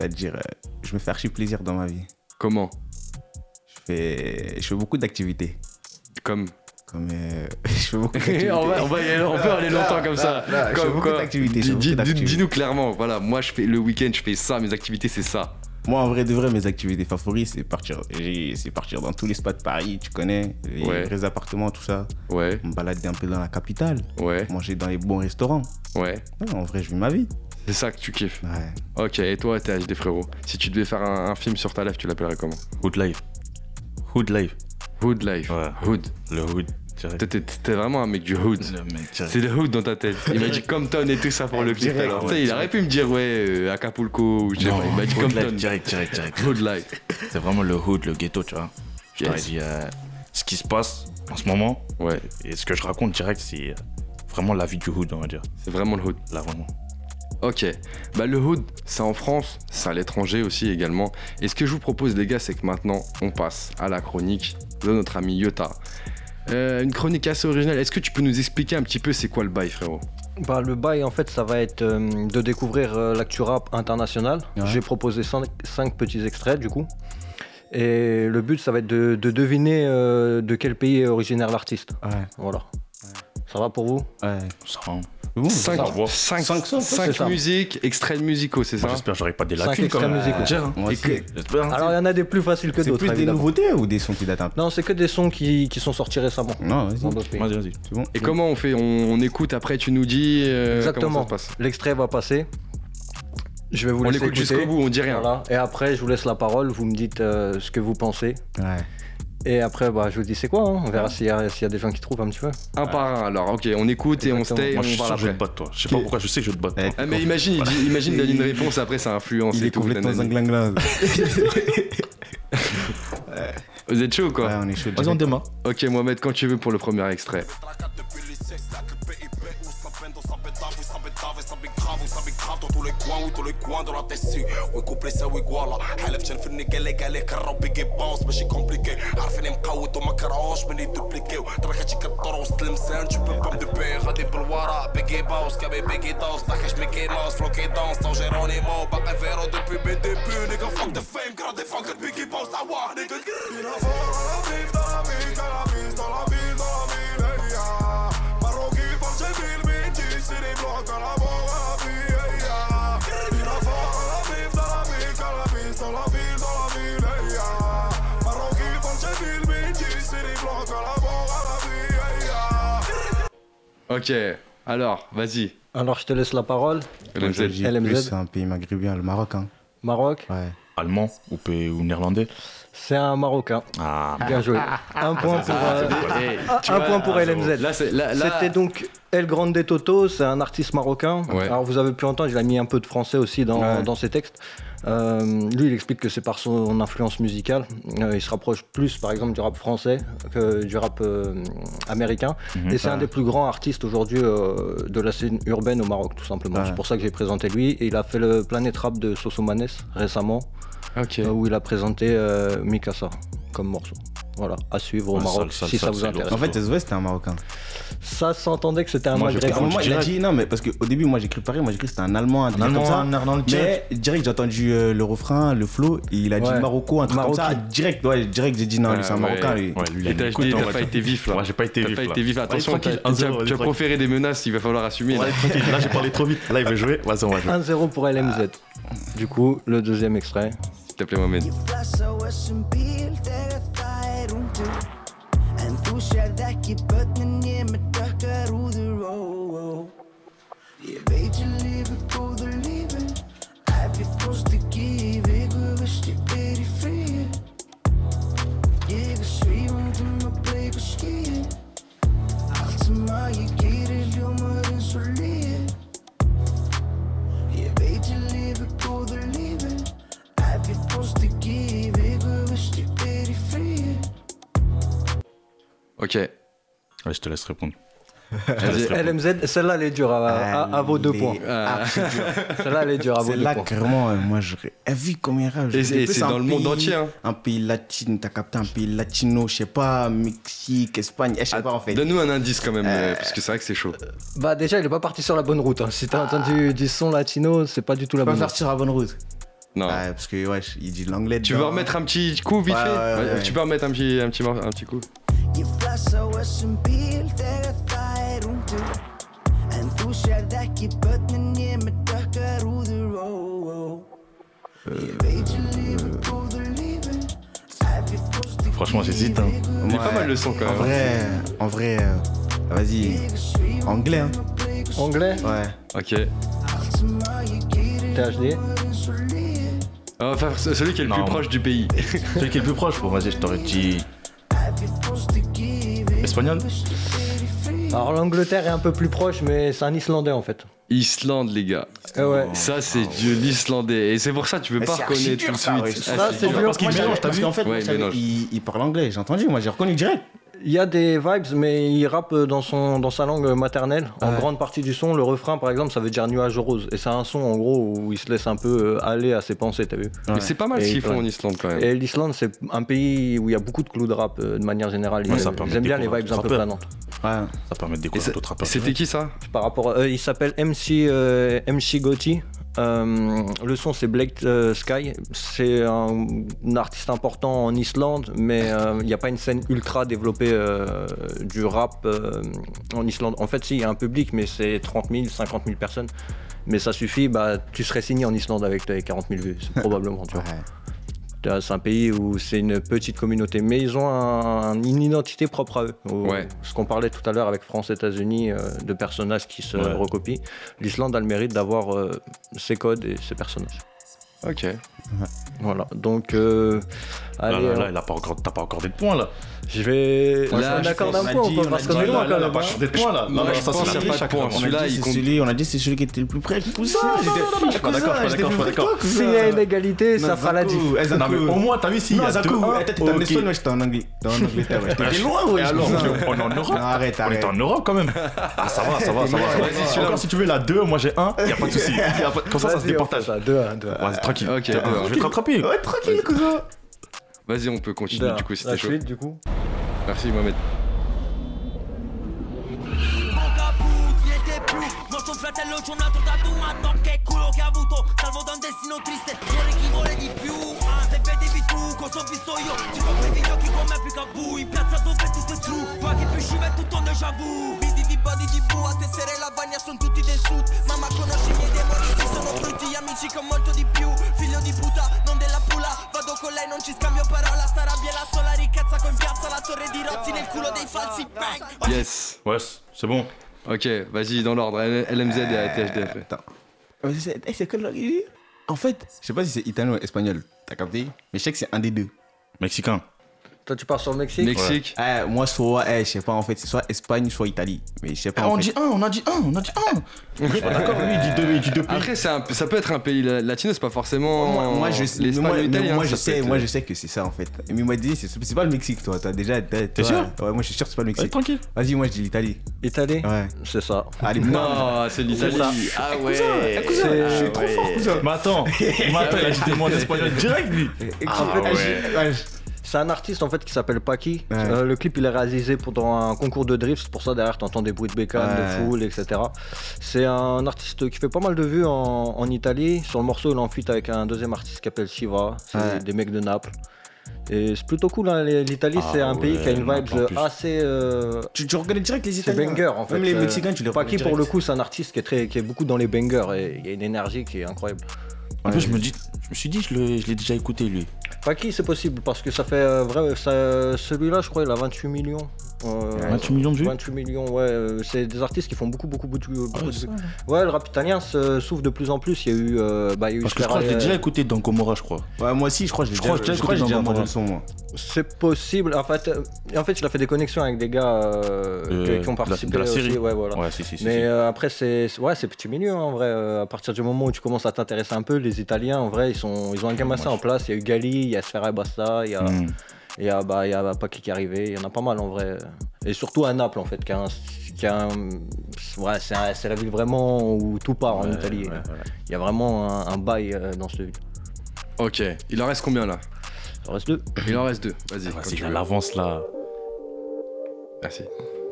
Speaker 5: C'est-à-dire, euh, je me fais archi plaisir dans ma vie.
Speaker 2: comment
Speaker 5: Je fais, je fais beaucoup d'activités.
Speaker 2: Comme.
Speaker 5: Comme euh, je fais beaucoup d'activités.
Speaker 2: y aller, on peut aller longtemps comme ça.
Speaker 5: là, je fais beaucoup d'activités, je
Speaker 2: Dis-
Speaker 5: fais beaucoup
Speaker 2: dis-
Speaker 5: d'activités.
Speaker 2: Dis-nous clairement, voilà, moi je fais le week-end, je fais ça, mes activités c'est ça.
Speaker 5: Moi, en vrai de vrai, mes activités favorites, c'est partir, j'ai- c'est partir dans tous les spots de Paris, tu connais, les
Speaker 2: Ouais.
Speaker 5: vrais appartements, tout ça.
Speaker 2: Ouais,
Speaker 5: Me balader un peu dans la capitale,
Speaker 2: ouais,
Speaker 5: manger dans les bons restaurants.
Speaker 2: ouais.
Speaker 5: Ouais, en vrai, je vis ma vie.
Speaker 2: C'est ça que tu kiffes.
Speaker 5: Ouais.
Speaker 2: Ok, et toi, t'es HD frérot Si tu devais faire un, un film sur ta life, tu l'appellerais comment
Speaker 4: Hood life. Hood life.
Speaker 2: Hood life.
Speaker 4: Ouais.
Speaker 2: Hood.
Speaker 4: Le hood. direct.
Speaker 2: T'es- T'es t'es vraiment un mec du hood.
Speaker 4: Le mec, direct.
Speaker 2: C'est le hood dans ta tête. Il m'a dit Compton et tout ça pour le clip.
Speaker 5: Direct,
Speaker 2: Alors,
Speaker 4: ouais,
Speaker 2: tu sais, il aurait pu me dire, ouais, euh, Acapulco ou je sais
Speaker 4: Non,
Speaker 2: pas. Il m'a dit
Speaker 4: hood life,
Speaker 2: Compton.
Speaker 4: direct, direct, direct.
Speaker 2: Hood life.
Speaker 4: C'est vraiment le hood, le ghetto, tu vois. Je t'aurais
Speaker 2: Yes.
Speaker 4: dit euh, ce qui se passe en ce moment
Speaker 2: Ouais,
Speaker 4: et ce que je raconte direct, c'est euh, vraiment la vie du hood, on va dire.
Speaker 2: c'est vraiment le hood.
Speaker 4: Là, vraiment.
Speaker 2: Ok, bah le hood, c'est en France, c'est à l'étranger aussi également. Et ce que je vous propose les gars, c'est que maintenant, on passe à la chronique de notre ami Yota. Euh, une chronique assez originale. Est-ce que tu peux nous expliquer un petit peu c'est quoi le bail, frérot
Speaker 3: Bah, le bail, en fait, ça va être euh, de découvrir euh, l'actu rap international.
Speaker 5: Ouais.
Speaker 3: J'ai proposé 5 petits extraits, du coup. Et le but, ça va être de, de deviner euh, de quel pays est originaire l'artiste.
Speaker 5: Ouais.
Speaker 3: Voilà. Ça va pour vous
Speaker 5: Ouais.
Speaker 4: Ça hein. rend-
Speaker 5: Mais bon,
Speaker 2: Cinq-
Speaker 4: ça, ouais.
Speaker 2: cinq-
Speaker 5: Cinq sons,
Speaker 2: cinq
Speaker 3: c'est ça.
Speaker 2: musiques, extraits musicaux, c'est
Speaker 4: Moi,
Speaker 2: ça
Speaker 4: J'espère que j'aurai pas des
Speaker 3: Cinq
Speaker 4: lacunes quand
Speaker 3: extraits
Speaker 4: même.
Speaker 3: musicaux.
Speaker 4: Tiens, hein.
Speaker 5: Moi
Speaker 4: Et
Speaker 5: aussi.
Speaker 4: que- j'espère, hein.
Speaker 3: Alors, il y en a des plus faciles que
Speaker 5: C'est
Speaker 3: d'autres.
Speaker 5: plus des
Speaker 3: évidemment.
Speaker 5: nouveautés ou des sons qui datent un peu
Speaker 3: Non, c'est que des sons qui, qui sont sortis récemment
Speaker 5: Non, vas-y.
Speaker 3: dans d'autres pays.
Speaker 4: Vas-y, vas-y.
Speaker 5: C'est bon.
Speaker 2: Et comment on fait on, on écoute après, tu nous dis euh, comment
Speaker 3: Exactement.
Speaker 2: ça se passe
Speaker 3: L'extrait va passer. Je vais vous
Speaker 2: On
Speaker 3: laisser
Speaker 2: l'écoute
Speaker 3: écouter.
Speaker 2: jusqu'au bout, on dit rien.
Speaker 3: Voilà. Et après, je vous laisse la parole. Vous me dites euh, ce que vous pensez.
Speaker 5: Ouais.
Speaker 3: Et après, bah, je vous dis c'est quoi. hein. On verra s'il y, a- s'il y a des gens qui trouvent un petit peu.
Speaker 2: Un par un, alors ok, on écoute et on se
Speaker 3: Exactement.
Speaker 2: tait et
Speaker 4: Moi, je
Speaker 2: on
Speaker 4: suis sûr
Speaker 2: parle
Speaker 4: que je
Speaker 2: après.
Speaker 4: te botte, toi. Je sais pas pourquoi, je sais que je te botte. hein.
Speaker 5: Ouais.
Speaker 4: toi.
Speaker 2: Ah, mais imagine, il dit- imagine donner une
Speaker 5: Il-
Speaker 2: réponse, après ça influence
Speaker 5: Il
Speaker 2: et
Speaker 5: est
Speaker 2: tout,
Speaker 5: complètement
Speaker 2: nanani.
Speaker 5: zingling là.
Speaker 2: Vous êtes chaud ou quoi
Speaker 5: Ouais, on est chaud.
Speaker 4: Vas-y, on
Speaker 5: direct.
Speaker 4: démarre.
Speaker 2: Ok Mohamed, quand tu veux pour le premier extrait.
Speaker 1: e
Speaker 2: Ok, alors, vas-y.
Speaker 3: Alors, je te laisse la parole.
Speaker 5: Moi, je
Speaker 2: LMZ.
Speaker 5: dis
Speaker 3: LMZ.
Speaker 5: plus, C'est un pays maghrébien, le Maroc. Hein.
Speaker 3: Maroc,
Speaker 5: Ouais.
Speaker 4: Allemand ou, pays- ou néerlandais
Speaker 3: c'est un Marocain.
Speaker 4: Ah,
Speaker 3: Bien joué. Un point pour, euh,
Speaker 2: Hey,
Speaker 3: un-
Speaker 2: tu
Speaker 3: un
Speaker 2: vois,
Speaker 3: point pour LMZ.
Speaker 2: Là, c'est ah, là, là-
Speaker 3: C'était donc El Grande Toto, c'est un artiste marocain.
Speaker 2: Ouais.
Speaker 3: Alors vous avez pu entendre, il a mis un peu de français aussi dans,
Speaker 5: Ouais.
Speaker 3: dans ses textes. Euh, lui, il explique que c'est par son influence musicale. Euh, il se rapproche plus, par exemple, du rap français que du rap euh, américain.
Speaker 4: Mhm.
Speaker 3: Et c'est un des plus grands artistes aujourd'hui euh, de la scène urbaine au Maroc, tout simplement.
Speaker 5: Ouais.
Speaker 3: C'est pour ça que j'ai présenté lui. Et il a fait le Planet Rap de Sosomanes récemment,
Speaker 2: Ok.
Speaker 5: Ah
Speaker 3: euh, où il a présenté euh, Mikasa comme morceau. Voilà, à suivre au
Speaker 4: Ouais,
Speaker 3: Maroc
Speaker 4: sale, sale,
Speaker 3: si ça
Speaker 4: sale,
Speaker 3: vous
Speaker 4: c'est
Speaker 3: intéresse.
Speaker 5: En fait, ça se voit, c'était un Marocain.
Speaker 3: Ça s'entendait que c'était un
Speaker 4: Moi, j'ai
Speaker 5: À un
Speaker 3: maghrébin.
Speaker 5: moment, il a
Speaker 4: direct.
Speaker 5: dit non, mais parce qu'au début, moi j'ai cru Paris, moi j'ai cru que c'était un Allemand, un truc
Speaker 4: Allemand,
Speaker 5: comme ça.
Speaker 4: un Néerlandais,
Speaker 5: Mais direct, j'ai entendu euh, le refrain, le flow, et il a dit
Speaker 3: Ouais.
Speaker 5: Marocco, un truc comme ça.
Speaker 3: Marocain.
Speaker 5: Direct, ouais, direct, j'ai dit non, lui c'est un
Speaker 2: Ah,
Speaker 5: Marocain,
Speaker 2: ouais.
Speaker 5: lui.
Speaker 4: Ouais, lui, il a
Speaker 2: Et t'as
Speaker 4: une écoute,
Speaker 2: t'as
Speaker 4: hein, on va
Speaker 2: pas
Speaker 4: dire.
Speaker 2: été vif là.
Speaker 4: Ouais, j'ai pas été
Speaker 2: T'as
Speaker 4: vif.
Speaker 2: pas
Speaker 4: là.
Speaker 2: été vif. Attention,
Speaker 4: tranquille,
Speaker 2: t'as- tu as,
Speaker 4: 1-0,
Speaker 2: tu
Speaker 4: on est
Speaker 2: as
Speaker 4: tranquille.
Speaker 2: proféré des menaces, il va falloir assumer.
Speaker 4: Ouais,
Speaker 2: là.
Speaker 4: tranquille. Là, j'ai parlé trop vite. Là, il veut jouer. Vas-y, on va jouer.
Speaker 3: 1-0 pour LMZ. Du coup, le deuxième extrait.
Speaker 2: S'il te plaît Mohamed.
Speaker 6: Ég flassa á þessum bíl þegar það er undur En þú sérð ekki börnin ég með dökkar úður ó, ó. Ég veit ég lifi góðu lífi Ef ég þóst ekki í viku veist ég er í fríi Ég er svífandum á bleiku skíi Allt sem að ég geri ljómar eins og líi Ég veit ég lifi góðu lífi Ef ég fórst ekki í viku Vist ég er í fríi
Speaker 2: Ok.
Speaker 4: Ouais, je te laisse répondre.
Speaker 2: Vas-y.
Speaker 3: LMZ, celle-là, elle est dure à, à- Ah, à vos deux
Speaker 5: Les-
Speaker 3: points.
Speaker 2: Ah.
Speaker 3: Celle-là, elle est dure à vos
Speaker 5: C'est
Speaker 3: deux
Speaker 5: là
Speaker 3: points.
Speaker 5: clairement, euh, moi je eh, vu comme il rêve, je
Speaker 2: Et-
Speaker 5: dis
Speaker 2: et
Speaker 5: plus
Speaker 2: c'est
Speaker 5: un
Speaker 2: dans le monde
Speaker 5: pays-
Speaker 2: entier, hein.
Speaker 5: Un pays latino, t'as capté un pays latino, je sais pas, Mexique, Espagne, eh, je sais pas en fait.
Speaker 2: Donne-nous un indice quand même, euh, parce que c'est vrai que c'est chaud.
Speaker 3: Bah, déjà, il est pas parti sur la bonne route. hein. Si t'as entendu du son latino, c'est pas du tout la
Speaker 5: Je peux
Speaker 3: bonne route.
Speaker 5: partir à bonne route.
Speaker 2: Non.
Speaker 5: Ouais, parce que ouais, je- il dit de l'anglais.
Speaker 2: Ah. Tu veux
Speaker 5: dedans.
Speaker 2: remettre un petit coup vite
Speaker 5: bah, Ouais,
Speaker 2: fait
Speaker 5: ouais, ouais,
Speaker 2: Vas-y, Tu
Speaker 5: ouais.
Speaker 2: peux remettre un petit, un petit, mor- un petit coup
Speaker 6: Ég flassa á þessum bíl Þegar það er undur En þú sérð er ekki börnin Ég með dökkar úður ó, ó. Ég veit er ég
Speaker 4: Franchement, j'hésite. Hein.
Speaker 2: Il est
Speaker 5: Ouais.
Speaker 2: pas mal le son quand
Speaker 5: En
Speaker 2: même.
Speaker 5: vrai, en vrai, euh, vas-y, anglais, hein.
Speaker 3: Anglais
Speaker 5: Ouais.
Speaker 2: Ok.
Speaker 3: THD
Speaker 2: On va faire ce- celui qui est le
Speaker 4: Non.
Speaker 2: plus proche du pays.
Speaker 4: Celui qui est le plus proche, bon, vas-y, je t'aurais dit. Espagnol
Speaker 3: Alors l'Angleterre est un peu plus proche, mais c'est un Islandais en fait.
Speaker 2: Islande, les gars.
Speaker 3: Eh ouais.
Speaker 2: Ça, c'est de l'islandais. Et c'est pour ça que tu peux pas reconnaître tout de suite. Ah,
Speaker 3: Ça,
Speaker 2: c'est
Speaker 3: c'est
Speaker 2: dur.
Speaker 3: dur.
Speaker 5: Parce qu'il
Speaker 3: Moi,
Speaker 5: mélange,
Speaker 3: j'avais-
Speaker 5: t'as vu en fait,
Speaker 2: Ouais,
Speaker 5: moi,
Speaker 2: il
Speaker 5: j'avais-
Speaker 2: mélange.
Speaker 5: il, il parle anglais, j'ai entendu, moi j'ai reconnu direct.
Speaker 3: Il y a des vibes, mais il rappe dans, son, dans sa langue maternelle. En
Speaker 5: Ouais.
Speaker 3: grande partie du son, le refrain par exemple, ça veut dire nuage rose. Et c'est un son en gros où il se laisse un peu euh, aller à ses pensées, t'as vu
Speaker 2: Mais c'est pas mal
Speaker 3: Et
Speaker 2: ce qu'ils font
Speaker 3: ouais.
Speaker 2: en Islande quand même.
Speaker 3: Et l'Islande, c'est un pays où il y a beaucoup de clous de rap euh, de manière générale.
Speaker 4: Ouais,
Speaker 3: Ils-
Speaker 4: ça
Speaker 3: ils
Speaker 4: permet
Speaker 3: aiment
Speaker 4: de
Speaker 3: bien les
Speaker 4: découvrir
Speaker 3: vibes un peu
Speaker 4: d'autres rappeurs.
Speaker 3: planantes.
Speaker 5: Ouais.
Speaker 4: Ça permet
Speaker 2: Et
Speaker 4: de
Speaker 2: c'est-
Speaker 4: découvrir d'autres rappeurs.
Speaker 2: C'était qui ça
Speaker 3: Par rapport, à- euh, il s'appelle MC euh, MC Gotti. Euh, le son c'est Blake euh, Sky, c'est un, un artiste important en Islande, mais euh, il n'y a pas une scène ultra développée euh, du rap euh, en Islande. En fait, si, il y a un public, mais c'est 30 000, 50 000 personnes. Mais ça suffit, bah, tu serais signé en Islande avec tes 40 000 vues, c'est probablement. Tu vois. Euh, C'est un pays où c'est une petite communauté, mais ils ont un- une identité propre à eux. Au-
Speaker 2: Ouais.
Speaker 3: Ce qu'on parlait tout à l'heure avec France, États-Unis, euh, de personnages qui se
Speaker 4: Ouais.
Speaker 3: recopient. L'Islande a le mérite d'avoir euh, ses codes et ses personnages.
Speaker 2: Ok.
Speaker 3: Voilà. Donc, euh,
Speaker 4: Là,
Speaker 3: allez,
Speaker 4: Ah là,
Speaker 3: euh,
Speaker 4: là, il a pas encore- t'as pas accordé de points là.
Speaker 3: je vais.
Speaker 2: Là,
Speaker 3: on
Speaker 2: je
Speaker 3: accorde
Speaker 2: pense-
Speaker 3: un point, on peut parce qu'on est loin
Speaker 4: Là,
Speaker 3: quand
Speaker 4: il a
Speaker 3: même.
Speaker 4: pas
Speaker 3: hein.
Speaker 4: accordé de points là.
Speaker 2: Non, je pense qu'il y a pas de points.
Speaker 5: On
Speaker 2: Celui-là,
Speaker 5: a, dit,
Speaker 2: il
Speaker 5: c'est
Speaker 2: compte.
Speaker 5: celui, on a dit c'est celui qui était le plus près. Cousin, j'étais Ah,
Speaker 4: non, non, je suis pas d'accord, je suis pas
Speaker 5: cousin, j'étais
Speaker 4: d'accord, je suis
Speaker 5: plus
Speaker 4: pas
Speaker 5: près que toi,
Speaker 4: d'accord.
Speaker 5: cousin.
Speaker 3: hein. S'il y a une égalité,
Speaker 5: Non,
Speaker 3: ça fera la
Speaker 5: Zakou,
Speaker 3: diff.
Speaker 5: eh,
Speaker 4: Non, euh,
Speaker 5: Zakou.
Speaker 4: mais au moins, t'as vu s'il y
Speaker 5: Non,
Speaker 4: a deux. ah,
Speaker 5: Zakou, ouais, t'étais en
Speaker 4: Ok.
Speaker 5: Espagne, ouais, j'étais en Angleterre. T'es en Angleterre, ouais. J'étais loin, ouais.
Speaker 4: Et alors,
Speaker 5: cousin.
Speaker 4: on est en Europe.
Speaker 5: Non, arrête,
Speaker 4: On est
Speaker 5: arrête.
Speaker 4: en Europe quand même. Ah, ça va, ça va, ça va. ça va.
Speaker 2: Vas-y, celui-là.
Speaker 4: Encore si tu veux la 2, moi j'ai 1, y a pas de souci. Y a pas- Comme ça, ça
Speaker 3: Vas-y,
Speaker 4: se
Speaker 3: on
Speaker 4: départage.
Speaker 3: fait ça, deux, un, deux, un.
Speaker 4: Vas-y, tranquille.
Speaker 2: Ok,
Speaker 4: Tiens,
Speaker 2: alors.
Speaker 4: Je vais te rattraper.
Speaker 5: Ouais, tranquille, cousin.
Speaker 2: Vas-y, on peut continuer
Speaker 3: Deux,
Speaker 2: du
Speaker 3: un.
Speaker 2: coup si
Speaker 3: La
Speaker 2: t'es chaud.
Speaker 3: suite, du coup.
Speaker 2: Merci Mohamed.
Speaker 1: Boca put, niente più Non son fratello c'è un altro tatuato Che culo che ha avuto Salvo da un destino triste Muore chi vuole di più Ah, se vedevi tu cosa ho visto io Ti rompevi gli occhi come Africa Boo In piazza dove tutto è true Paghi più sciva è tutto un déjà vu Vidi di body di bu A tessere la bagna sono tutti del sud Mamma conosce i miei demoni Sì sono brutti amici che ho molto di più Figlio di puta, non della pula Vado con lei, non ci scambio parola Sta rabbia è la sola ricchezza Con piazza la torre di Rozzi Nel culo dei falsi bang
Speaker 2: Yes.
Speaker 4: Ouais, c'est bon.
Speaker 2: Ok, vas-y, dans l'ordre. L- LMZ et ATHDF.
Speaker 5: Ouais, c'est- eh, C'est quelle langue il est En fait, je sais pas si c'est italien ou espagnol. T'as capté Mais je sais que c'est un des deux.
Speaker 4: Mexicain.
Speaker 3: Toi, tu pars sur le Mexique
Speaker 2: Mexique.
Speaker 5: Eh, moi, soit, eh, je sais pas en fait, c'est soit Espagne, soit Italie. Mais je sais pas.
Speaker 4: Ah,
Speaker 5: en
Speaker 4: on
Speaker 5: fait.
Speaker 4: dit 1, on a dit 1, on a dit 1. D'accord, lui, il dit 2, il dit 2 pays.
Speaker 2: Après, c'est un- ça peut être un pays la- latino, c'est pas forcément
Speaker 5: Moi, moi, je sais, mais
Speaker 2: l'Espagne
Speaker 5: moi,
Speaker 2: ou
Speaker 5: mais
Speaker 2: l'Italie.
Speaker 5: moi,
Speaker 2: hein, ça peut
Speaker 5: je sais,
Speaker 2: être-
Speaker 5: moi je sais que c'est ça en fait. Mais moi dis, c'est c'est pas le Mexique toi, t'as déjà. T'es
Speaker 4: sûr
Speaker 5: Ouais, moi je suis sûr que c'est pas le
Speaker 4: Ouais,
Speaker 5: Mexique.
Speaker 4: tranquille.
Speaker 5: Vas-y, moi je dis l'Italie.
Speaker 3: Italie
Speaker 5: Ouais.
Speaker 3: C'est ça.
Speaker 5: Allez,
Speaker 2: Non, c'est l'Italie.
Speaker 1: Eh,
Speaker 2: Ah ouais.
Speaker 3: C'est-
Speaker 5: je suis trop fort, cousin.
Speaker 4: Mais attends, mais attends, il a dit des mots en espagnol direct, lui.
Speaker 5: Ah,
Speaker 4: ouais.
Speaker 3: C'est un artiste en fait qui s'appelle Paki.
Speaker 5: Ouais.
Speaker 3: Euh, le clip il est réalisé pendant un concours de drift, c'est pour ça derrière t'entends des bruits de bécane,
Speaker 5: Ouais.
Speaker 3: de foule, etc. C'est un artiste qui fait pas mal de vues en, en Italie. Sur le morceau il est en fuite avec un deuxième artiste qui s'appelle Shiva, c'est
Speaker 5: Ouais.
Speaker 3: des mecs de Naples. Et c'est plutôt cool, hein. Les- l'Italie
Speaker 4: Ah
Speaker 3: c'est un pays qui a une
Speaker 4: ouais,
Speaker 3: vibe
Speaker 4: Naples en plus.
Speaker 3: assez. euh,
Speaker 5: Tu, tu reconnais direct les
Speaker 3: C'est
Speaker 5: Italiens.
Speaker 3: banger en fait.
Speaker 5: Même les
Speaker 3: Euh,
Speaker 5: Mexicains, tu les reconnais.
Speaker 3: Paki pour le coup c'est un artiste qui est, très, qui est beaucoup dans les bangers et il y a une énergie qui est incroyable.
Speaker 4: En plus, je me dis, je me suis dit, je le- je l'ai déjà écouté, lui.
Speaker 3: Paki c'est possible parce que ça fait euh, vrai, ça- celui-là je crois il a 28 millions. Euh,
Speaker 4: 28 millions de vues.
Speaker 3: 28 millions, ouais. euh, C'est des artistes qui font beaucoup, beaucoup, beaucoup, de- beaucoup
Speaker 4: Ah,
Speaker 3: de
Speaker 4: ça.
Speaker 3: Ouais, le rap italien se- s'ouvre de plus en plus. Il y a eu. euh, bah, il y a eu
Speaker 4: Parce que je crois que je l'ai
Speaker 3: Ferrari,
Speaker 4: déjà écouté dans Gomorrah, je crois.
Speaker 5: Ouais, moi aussi, je crois que j'ai
Speaker 4: Je
Speaker 5: déjà-
Speaker 4: crois que j'ai
Speaker 5: je crois que j'ai
Speaker 4: écouté
Speaker 5: déjà
Speaker 4: dans Bambara.
Speaker 5: entendu le son, moi.
Speaker 3: euh, C'est possible. En fait, euh, en fait, il a fait des connexions avec des gars euh,
Speaker 4: Euh,
Speaker 3: qui- qui ont
Speaker 4: de la-
Speaker 3: participé
Speaker 4: de la
Speaker 3: aussi,
Speaker 4: série.
Speaker 3: ouais, voilà.
Speaker 4: Ouais, si, si, si.
Speaker 3: Mais
Speaker 4: si.
Speaker 3: euh, après, c'est c'est- ouais, c'est petit milieu hein, en vrai. euh, à partir du moment où tu commences à t'intéresser un peu, les Italiens en vrai, ils, sont, ils ont un game assez
Speaker 4: Moi,
Speaker 3: en place. Il y a eu Gali, il y a Sfera Basta, il y a,
Speaker 4: Hmm.
Speaker 3: il y a, bah, il y a Paki qui est arrivé. Il y en a pas mal en vrai. Et surtout à Naples en fait, qui a un- qui a un- ouais, c'est un- c'est la ville vraiment où tout part en
Speaker 4: Ouais,
Speaker 3: Italie.
Speaker 4: ouais, ouais.
Speaker 3: Il y a vraiment un, un bail euh, dans ce.
Speaker 2: Ok, il en reste combien là
Speaker 3: Ça reste deux.
Speaker 2: Il en reste deux. Vas-y.
Speaker 4: Ah,
Speaker 2: quand
Speaker 4: C'est
Speaker 2: tu
Speaker 4: de
Speaker 2: veux.
Speaker 4: l'avance, là.
Speaker 2: Merci.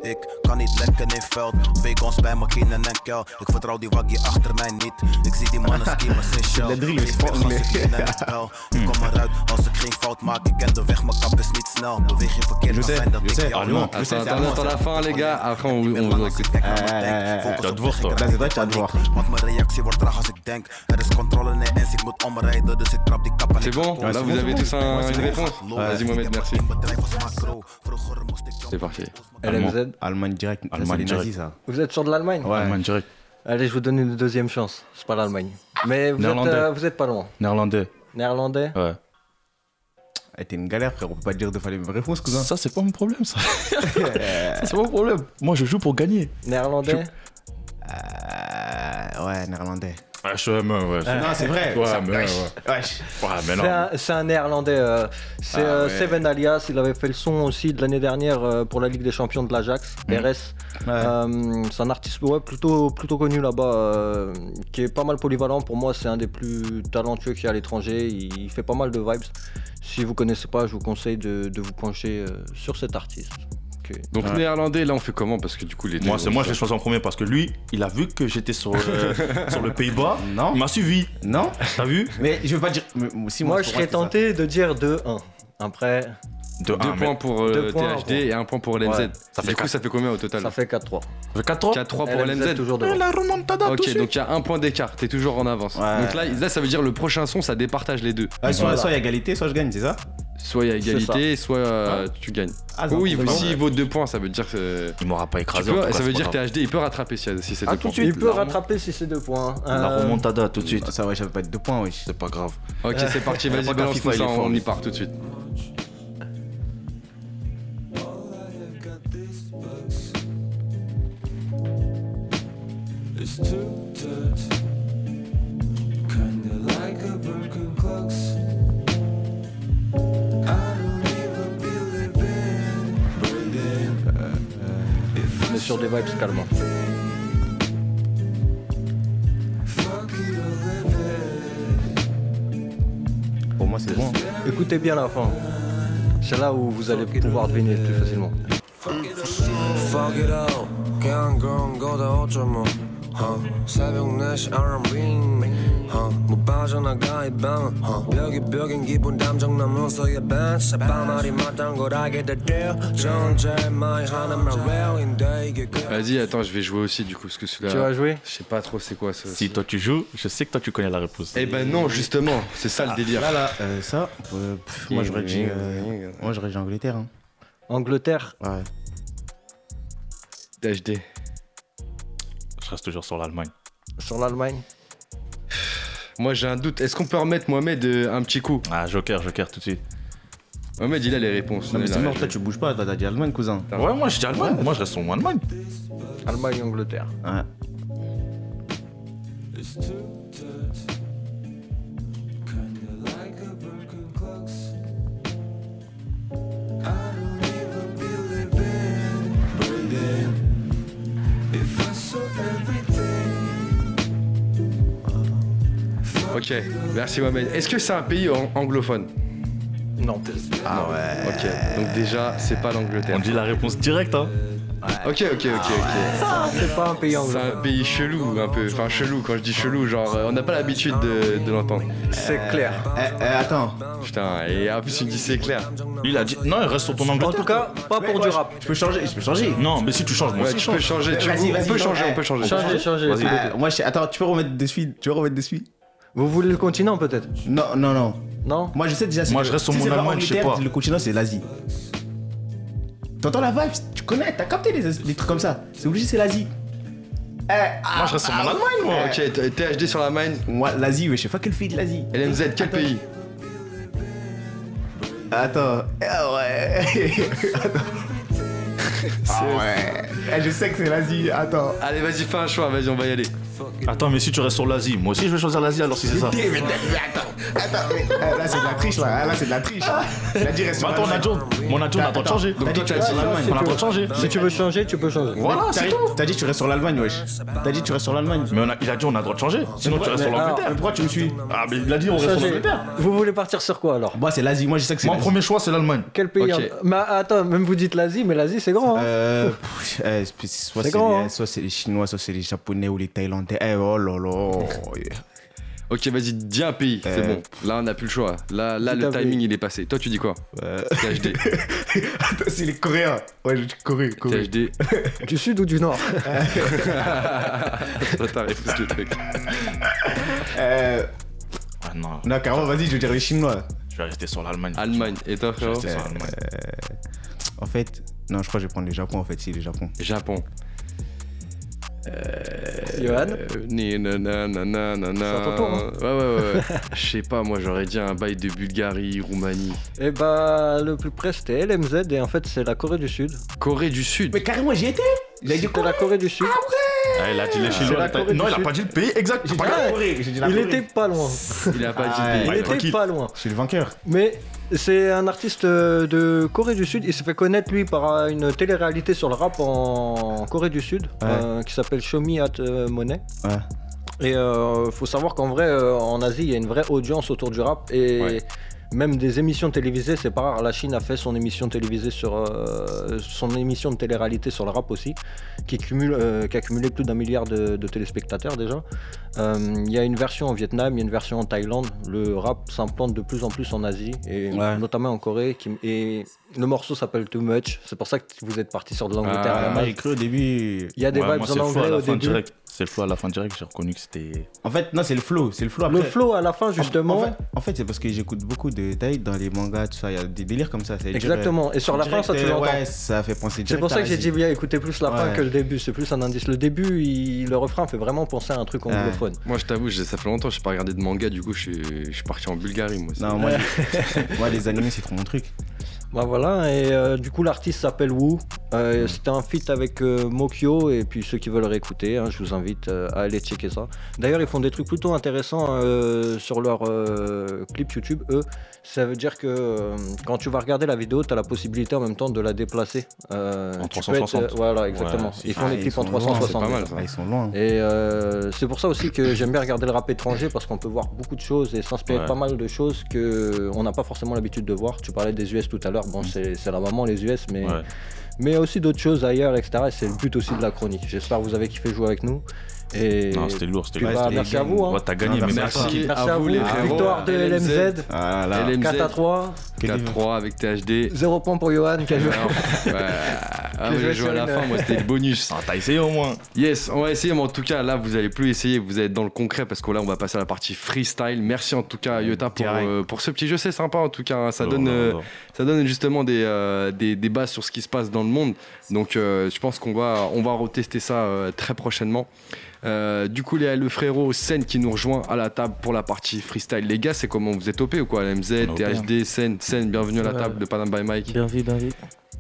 Speaker 7: Ik kan niet lekken in veld. Vegans bij me kenen en kel. Ik vertrouw die waggy achter mij niet. Ik zie die mannen skimmers in shell.
Speaker 5: De drill is
Speaker 7: Ik weet
Speaker 5: spannend.
Speaker 7: als ik in en uit bel. Ik kom eruit als ik geen fout maak. Ik ken de weg, mijn kap is niet snel. Beweeg je verkeerd, dan
Speaker 5: José,
Speaker 7: zijn dat
Speaker 5: José,
Speaker 7: ik jou
Speaker 5: pardon.
Speaker 7: maak.
Speaker 2: Attends, attends, attends la fin, les gars. Après, on,
Speaker 7: Ik ben
Speaker 2: on
Speaker 7: lang
Speaker 2: vous
Speaker 7: als
Speaker 2: écoute.
Speaker 7: ik kijk naar
Speaker 5: Eh,
Speaker 7: mijn
Speaker 5: eh, eh,
Speaker 7: tank.
Speaker 5: eh.
Speaker 7: Focus
Speaker 4: Dat
Speaker 7: op
Speaker 4: wordt
Speaker 7: weg,
Speaker 4: toch.
Speaker 7: ik
Speaker 5: Dat is- dat is
Speaker 7: raak
Speaker 5: dat
Speaker 7: in paniek.
Speaker 5: wordt.
Speaker 7: Want mijn reactie wordt traag als ik denk. Er is controle in eens, ik moet omrijden. Dus ik trap die kap en
Speaker 2: C'est
Speaker 7: ik
Speaker 2: bon
Speaker 7: trap
Speaker 2: Là,
Speaker 7: op.
Speaker 2: vous avez tous un- une réponse
Speaker 7: Ja.
Speaker 2: Vas-y, Mohamed, merci.
Speaker 7: Mijn bedrijf was macro. Vroeger moest ik
Speaker 2: C'est parti.
Speaker 4: Allemand.
Speaker 3: LMZ.
Speaker 5: Allemagne direct. Ça,
Speaker 4: Allemagne
Speaker 5: c'est les nazis,
Speaker 4: direct.
Speaker 5: ça.
Speaker 3: Vous êtes sur de l'Allemagne
Speaker 5: Ouais.
Speaker 4: Allemagne direct.
Speaker 3: Allez, je vous donne une deuxième chance. C'est pas l'Allemagne. Mais vous êtes,
Speaker 4: Néerlandais.
Speaker 3: euh, vous êtes pas loin.
Speaker 4: Néerlandais.
Speaker 3: Néerlandais
Speaker 4: Ouais.
Speaker 5: Eh, T'es une galère, frère. On peut pas te dire de faire les mêmes réponses, cousin.
Speaker 4: Ça, c'est pas mon problème, ça. ça, c'est pas mon problème. Moi, je joue pour gagner.
Speaker 3: Néerlandais
Speaker 5: Euh, ouais, néerlandais.
Speaker 4: Ouais, je suis mais E ouais.
Speaker 5: Non, c'est vrai.
Speaker 4: Ah. Ouais,
Speaker 5: Ça-
Speaker 4: mais bah ouais.
Speaker 5: Wesh.
Speaker 4: Ouais, mais
Speaker 3: C'est
Speaker 4: non.
Speaker 3: un- C'est un, néerlandais. euh, c'est
Speaker 4: Ah
Speaker 3: euh,
Speaker 4: ouais.
Speaker 3: Seven Alias. Il avait fait le son aussi de l'année dernière euh, pour la Ligue des Champions de l'Ajax,
Speaker 4: Mm.
Speaker 3: RS. Euh, c'est un artiste ouais, plutôt, plutôt connu là-bas, euh, qui est pas mal polyvalent. Pour moi, c'est un des plus talentueux qu'il y a à l'étranger. Il, il fait pas mal de vibes. Si vous connaissez pas, je vous conseille de, de vous pencher euh, sur cet artiste. Ok.
Speaker 2: Donc, néerlandais, là, on fait comment Parce que du coup, les
Speaker 4: Moi, c'est moi, je l'ai choisi en premier parce que lui, il a vu que j'étais sur, euh, sur le Pays-Bas.
Speaker 5: Non.
Speaker 4: Il m'a suivi.
Speaker 5: Non,
Speaker 4: T'as vu
Speaker 5: mais je veux pas dire. mais- si,
Speaker 3: Moi,
Speaker 5: c'est
Speaker 3: je
Speaker 5: pour
Speaker 3: serais
Speaker 5: c'est ça.
Speaker 3: tenté de dire 2-1. Après,
Speaker 2: Deux
Speaker 4: De un, mais-
Speaker 2: points pour euh,
Speaker 3: Deux points,
Speaker 2: THD
Speaker 3: ouais.
Speaker 2: et un point pour LMZ.
Speaker 3: Ouais.
Speaker 4: Ça fait
Speaker 2: du coup,
Speaker 4: quatre.
Speaker 2: ça fait combien au total
Speaker 3: ça fait 4-3.
Speaker 2: 4-3 pour Ah, LMZ.
Speaker 3: toujours devant.
Speaker 2: Ok, donc il y a un point d'écart, t'es toujours en avance.
Speaker 5: Ouais.
Speaker 2: Donc là, là, ça veut dire le prochain son, ça départage les deux.
Speaker 5: Ouais, soit,
Speaker 3: Voilà.
Speaker 5: soit il y a égalité, soit je gagne, c'est ça
Speaker 2: Soit il y a égalité, soit euh, tu gagnes.
Speaker 5: Ah, c'est
Speaker 2: oui,
Speaker 5: un peu
Speaker 2: s'il vaut deux points, ça veut dire que.
Speaker 4: Il m'aura pas
Speaker 2: Tu
Speaker 4: écrasé.
Speaker 2: peux-
Speaker 4: en tout cas,
Speaker 2: ça
Speaker 4: c'est
Speaker 2: veut
Speaker 4: pas
Speaker 2: dire que
Speaker 4: grave.
Speaker 2: THD, il peut rattraper si, si c'était
Speaker 4: Ah, tout de
Speaker 2: point.
Speaker 4: suite.
Speaker 3: Il peut
Speaker 4: la remon-
Speaker 3: rattraper si c'est 2 points.
Speaker 4: La
Speaker 3: Euh,
Speaker 4: remontada tout de suite.
Speaker 5: Ah, Ça va, j'avais pas de deux points, wesh.
Speaker 4: C'est pas grave.
Speaker 2: Ok, c'est parti,
Speaker 4: Il y a pas
Speaker 2: vas-y,
Speaker 4: qu'un
Speaker 2: balance
Speaker 4: FIFA,
Speaker 2: nous
Speaker 4: il
Speaker 2: ça,
Speaker 4: est fort,
Speaker 2: on
Speaker 4: lui.
Speaker 2: y part tout de suite.
Speaker 8: It's too dirty. Kinda like a broken clock. I don't even believe in breathing.
Speaker 3: On est sur des vibes calmants.
Speaker 8: Fuck it or live it.
Speaker 5: Pour moi, c'est bon.
Speaker 3: Écoutez bien la fin. C'est là où vous allez pouvoir deviner plus facilement.
Speaker 8: Fuck it all. 그냥 거다 어쩔 뭐. huh. 새벽 4시 알람 ring. huh. 못 빠져나가 이 방은. huh. 벽이 벽인 기분 담정 남은 서의 벤치. 밤알이 맞다는 걸 알게 됐대요. 전제 마이 하는 말 real인데 이게 그.
Speaker 2: Vas-y, attends, je vais jouer aussi du coup, parce que celui-là.
Speaker 3: Tu vas jouer
Speaker 2: Je sais pas trop c'est quoi ça.
Speaker 4: Si toi tu joues, je sais que toi tu connais la réponse.
Speaker 2: Eh ben non, justement, c'est ça le délire.
Speaker 5: Là, là, euh, ça, euh, pff, moi j'aurais dit. euh, moi j'aurais dit Angleterre. Hein.
Speaker 3: Angleterre,
Speaker 5: Ouais.
Speaker 2: THD.
Speaker 4: Je reste toujours sur l'Allemagne.
Speaker 3: sur l'Allemagne.
Speaker 2: Moi j'ai un doute, est-ce qu'on peut remettre Mohamed euh, un petit coup
Speaker 4: Ah, Joker, Joker tout de suite.
Speaker 2: Mohamed il a les réponses.
Speaker 5: Non, mais
Speaker 2: Il a
Speaker 5: c'est mort,
Speaker 2: la-
Speaker 5: toi tu bouges pas, toi t'as dit Allemagne, cousin.
Speaker 2: Ah.
Speaker 4: Ouais, moi je dis Allemagne. Moi je reste sur Allemagne.
Speaker 3: Allemagne, Angleterre.
Speaker 5: Ouais.
Speaker 8: It's too dirty. Kinda like a broken clock. I don't even believe in breathing. If I saw everything,
Speaker 2: Ok, merci Mohamed. Est-ce que c'est un pays an- anglophone
Speaker 3: Non.
Speaker 5: Ah ouais.
Speaker 2: Ok, donc déjà c'est pas l'Angleterre.
Speaker 4: On dit la réponse directe, hein.
Speaker 2: Ok, ok, ok, ok.
Speaker 3: C'est pas un pays
Speaker 2: C'est
Speaker 3: anglophone.
Speaker 2: un pays chelou un peu. Enfin chelou quand je dis chelou, genre euh, on n'a pas l'habitude de, de l'entendre.
Speaker 3: C'est clair.
Speaker 5: Eh, eh, attends.
Speaker 2: Putain, et en plus tu me dis c'est clair.
Speaker 4: Lui il a dit. Non, il reste sur ton
Speaker 3: En
Speaker 4: Angleterre.
Speaker 3: tout cas, pas pour du rap.
Speaker 5: Je peux changer, je peux changer.
Speaker 4: Non, mais si tu changes, moi
Speaker 2: Ouais,
Speaker 4: aussi je
Speaker 2: tu peux
Speaker 4: change.
Speaker 2: changer, tu-
Speaker 5: Vas-y,
Speaker 2: on
Speaker 5: vas-y,
Speaker 2: peut
Speaker 5: non,
Speaker 2: changer, on
Speaker 5: eh,
Speaker 2: peut changer.
Speaker 3: Changez, changez.
Speaker 4: Vas-y.
Speaker 5: Euh, moi, je... Attends, tu peux remettre dessus Tu veux remettre dessus
Speaker 3: Vous voulez le continent peut-être
Speaker 5: Non, non, non.
Speaker 3: Non
Speaker 5: Moi je sais déjà. c'est
Speaker 4: Moi,
Speaker 5: que-
Speaker 4: je reste sur
Speaker 5: si
Speaker 4: mon
Speaker 5: c'est pas
Speaker 4: Allemagne, je sais
Speaker 5: Angleterre,
Speaker 4: pas.
Speaker 5: Le continent c'est l'Asie. T'entends la vibe Tu connais, t'as capté les, les trucs comme ça. C'est obligé, c'est l'Asie. Eh,
Speaker 4: Moi je reste sur mon Allemagne, moi.
Speaker 2: Ok, t- THD sur la main.
Speaker 5: Moi, l'Asie, ouais, je sais pas quel pays de l'Asie.
Speaker 2: LMZ, quel
Speaker 5: Attends.
Speaker 2: pays
Speaker 5: Attends. Ah ouais. Attends. Ah ouais. Eh, Je sais que c'est l'Asie. Attends.
Speaker 2: Allez, vas-y, fais un choix, vas-y, on va y aller.
Speaker 4: Attends, mais si tu restes sur l'Asie, moi aussi je vais choisir l'Asie alors si c'est ça.
Speaker 5: Mais attends, attends, mais, euh, là c'est de la triche là, là c'est de la triche. Il a dit reste
Speaker 4: Mais attends, on a John, on a John, on a le temps de changer.
Speaker 2: Donc toi, tu as
Speaker 5: vois,
Speaker 2: dit l'Allemagne.
Speaker 4: On a le temps de changer.
Speaker 3: Si tu veux changer, tu peux changer.
Speaker 4: Voilà,
Speaker 5: T'as
Speaker 4: c'est
Speaker 5: dit-
Speaker 4: tout.
Speaker 5: T'as dit tu restes sur l'Allemagne, wesh. T'as dit tu restes sur l'Allemagne.
Speaker 4: Mais on a- il a dit on a le droit de changer, sinon tu restes sur
Speaker 3: alors-
Speaker 4: l'Angleterre.
Speaker 5: Mais pourquoi tu me suis
Speaker 4: Ah, mais il a dit on reste sur
Speaker 3: Changer.
Speaker 4: l'Angleterre.
Speaker 3: Vous voulez partir sur quoi alors
Speaker 5: Moi c'est l'Asie, moi je sais que c'est
Speaker 4: Mon
Speaker 5: l'Asie.
Speaker 4: premier choix c'est l'Allemagne.
Speaker 3: Quel pays
Speaker 2: Ok.
Speaker 3: en- Mais attends, même vous dites l'Asie, mais l'Asie c'est grand. hein.
Speaker 5: Euh, pff, eh, c'est- soit
Speaker 3: C'est
Speaker 5: c'est
Speaker 3: grand,
Speaker 5: les-
Speaker 3: hein.
Speaker 5: soit c'est les Chinois, soit c'est les Japonais ou les Thaïlandais. Eh, oh là là.
Speaker 2: Ok, vas-y, dis un pays, c'est
Speaker 5: Euh,
Speaker 2: bon. Là, on n'a plus le choix. Là, là
Speaker 3: Tout
Speaker 2: le
Speaker 3: à fait.
Speaker 2: timing, il est passé. Toi, tu dis quoi THD.
Speaker 5: Attends, c'est les Coréens. Ouais, je dis Corée, Corée.
Speaker 2: THD.
Speaker 3: Du sud ou du nord
Speaker 2: Toi, t'as refusé le truc.
Speaker 5: Euh,
Speaker 4: Ah non,
Speaker 5: non, carrément, vas-y, je vais dire les Chinois.
Speaker 4: je vais rester sur l'Allemagne.
Speaker 2: Allemagne. Et toi,
Speaker 4: Je vais
Speaker 2: frérot
Speaker 4: rester sur l'Allemagne.
Speaker 5: En fait, non, je crois que je vais prendre les Japon en fait, si, les Japon.
Speaker 2: Japon.
Speaker 3: Johan
Speaker 2: Euh, ni- na- na- na- na- na- na.
Speaker 3: C'est à ton tour, hein.
Speaker 2: Ouais, ouais, ouais. Je sais pas, moi, j'aurais dit un bail de Bulgarie, Roumanie.
Speaker 3: Eh bah, le plus près c'était LMZ et en fait c'est la Corée du Sud.
Speaker 2: Corée du Sud.
Speaker 5: carrément, j'y étais. Il a dit
Speaker 3: C'était la Corée du Sud.
Speaker 4: Ah, il a dit les
Speaker 3: C'est
Speaker 4: Chinois.
Speaker 3: la
Speaker 4: il a-
Speaker 3: Corée
Speaker 4: Non,
Speaker 3: du
Speaker 4: il a
Speaker 3: Sud.
Speaker 4: pas dit le pays exact.
Speaker 5: J'ai dit
Speaker 4: Pas
Speaker 5: la
Speaker 4: grave.
Speaker 5: Corée, j'ai dit la
Speaker 3: Il
Speaker 5: Corée.
Speaker 3: était pas loin.
Speaker 2: Il a pas dit.
Speaker 5: Ah,
Speaker 3: Il
Speaker 2: le
Speaker 4: ouais.
Speaker 2: pays.
Speaker 4: est tranquille.
Speaker 3: était pas loin.
Speaker 5: Je suis le vainqueur.
Speaker 3: Mais c'est un artiste euh, de Corée du Sud. Il s'est fait connaître lui par euh, une télé-réalité sur le rap en Corée du Sud euh, qui s'appelle Show Me At euh, Money.
Speaker 5: Ouais.
Speaker 4: Ah,
Speaker 3: Et euh, faut savoir qu'en vrai, euh, en Asie, il y a une vraie audience autour du rap et
Speaker 2: Ouais.
Speaker 3: même des émissions télévisées, c'est pas rare. La Chine a fait son émission télévisée sur euh, son émission de télé-réalité sur le rap aussi, qui cumule, euh, qui a cumulé plus d'un milliard de, de téléspectateurs déjà. Euh, Il y a une version au Vietnam, il y a une version en Thaïlande. Le rap s'implante de plus en plus en Asie et
Speaker 5: Ouais.
Speaker 3: notamment en Corée. qui- et le morceau s'appelle Too Much. C'est pour ça que vous êtes parti sur de l'Angleterre. à la
Speaker 2: Ah,
Speaker 5: Moi,
Speaker 3: base.
Speaker 5: j'ai cru au début.
Speaker 3: il y a des
Speaker 4: Ouais, moi,
Speaker 3: vibes
Speaker 4: c'est
Speaker 3: en
Speaker 4: le flow à
Speaker 3: anglais
Speaker 4: la
Speaker 3: au
Speaker 4: fin
Speaker 3: début.
Speaker 4: direct. C'est le flow à la fin direct, j'ai reconnu que c'était.
Speaker 5: En fait, non, c'est le flow. C'est le flow après.
Speaker 3: Le flow à la fin justement.
Speaker 5: En fait, en fait, c'est parce que j'écoute beaucoup de Thaï dans les mangas, tout ça. Il y a des délires comme ça. ça veut dire,
Speaker 3: Exactement. Et sur la fin,
Speaker 5: direct,
Speaker 3: ça tu
Speaker 5: euh,
Speaker 3: l'entends.
Speaker 5: Ouais, ça fait penser
Speaker 3: C'est
Speaker 5: direct
Speaker 3: pour ça
Speaker 5: à
Speaker 3: que j'ai dit,
Speaker 5: l'Asie.
Speaker 3: bien, écoutez plus la fin
Speaker 5: Ouais.
Speaker 3: que le début, c'est plus un indice. Le début, il- le refrain fait vraiment penser à un truc anglophone.
Speaker 2: Moi, je t'avoue, j'ai- ça fait longtemps que je pas regardé de manga, du coup, je suis, je suis parti en Bulgarie, moi. c'est-
Speaker 5: Non, moi, les- moi, les animés, c'est trop mon truc.
Speaker 3: Bah voilà, et euh, du coup, l'artiste s'appelle Wu. Euh, C'était un feat avec euh, Mokyo, et puis ceux qui veulent réécouter, hein, je vous invite euh, à aller checker ça. D'ailleurs, ils font des trucs plutôt intéressants euh, sur leur euh, clip YouTube, eux. Ça veut dire que euh, quand tu vas regarder la vidéo, tu as la possibilité en même temps de la déplacer. Euh,
Speaker 4: En
Speaker 3: tu peux être-
Speaker 4: 360.
Speaker 3: voilà, exactement.
Speaker 4: Ouais, c'est-
Speaker 3: ils font
Speaker 5: Ah,
Speaker 3: les
Speaker 5: ils
Speaker 3: clips en
Speaker 5: sont loin, c'est
Speaker 2: Ah,
Speaker 3: 360.
Speaker 2: c'est pas mal, ça.
Speaker 5: Ah, ils sont loin.
Speaker 3: Et euh, c'est pour ça aussi que j'aime bien regarder le rap étranger parce qu'on peut voir beaucoup de choses et s'inspirer
Speaker 4: Ouais.
Speaker 3: de pas mal de choses que on n'a pas forcément l'habitude de voir. Tu parlais des US tout à l'heure, bon c'est c'est la maman les US, mais
Speaker 4: Mm. Ouais.
Speaker 3: mais aussi d'autres choses ailleurs, etc. Et c'est le but aussi de la chronique. J'espère que vous avez kiffé jouer avec nous. Et
Speaker 4: Non, c'était lourd, c'était
Speaker 3: puis
Speaker 4: lourd.
Speaker 3: bah,
Speaker 5: c'était
Speaker 3: merci à
Speaker 5: game.
Speaker 3: vous. hein.
Speaker 4: Ouais, t'as gagné,
Speaker 5: Non,
Speaker 4: mais
Speaker 5: merci.
Speaker 4: merci.
Speaker 3: Merci
Speaker 2: à
Speaker 3: à
Speaker 2: vous,
Speaker 3: vous.
Speaker 2: les frérots.
Speaker 3: Victoire de LMZ,
Speaker 5: Ah là là.
Speaker 2: LMZ,
Speaker 3: 4 à 3,
Speaker 2: 4-3 avec THD.
Speaker 3: 0 points pour Johan qui a joué.
Speaker 2: Non, ouais. Ah,
Speaker 3: Que
Speaker 2: ouais,
Speaker 3: je
Speaker 2: j'ai joué à la
Speaker 3: sur une-
Speaker 2: fin, moi, c'était le bonus.
Speaker 4: Ah, t'as essayé au moins.
Speaker 2: Yes, on va essayer, mais en tout cas, là, vous allez plus essayer, vous allez être dans le concret parce que là, on va passer à la partie freestyle. Merci en tout cas, à Yota, pour,
Speaker 5: Direct.
Speaker 2: euh, pour ce petit jeu, c'est sympa en tout cas. hein. Ça,
Speaker 4: Oh,
Speaker 2: donne,
Speaker 4: oh,
Speaker 2: euh,
Speaker 4: oh.
Speaker 2: ça donne justement des, euh, des, des bases sur ce qui se passe dans le monde. Donc, euh, je pense qu'on va, on va retester ça euh, très prochainement. Euh, du coup, les, le frérot Sen qui nous rejoint à la table pour la partie freestyle. Les gars, c'est comment Vous êtes OP ou quoi LMZ,
Speaker 4: On est OP,
Speaker 5: hein.
Speaker 2: THD, Sen, Sen, bienvenue à la
Speaker 9: Ouais.
Speaker 2: table de Panam by Mike.
Speaker 9: Bien vu, bien vu.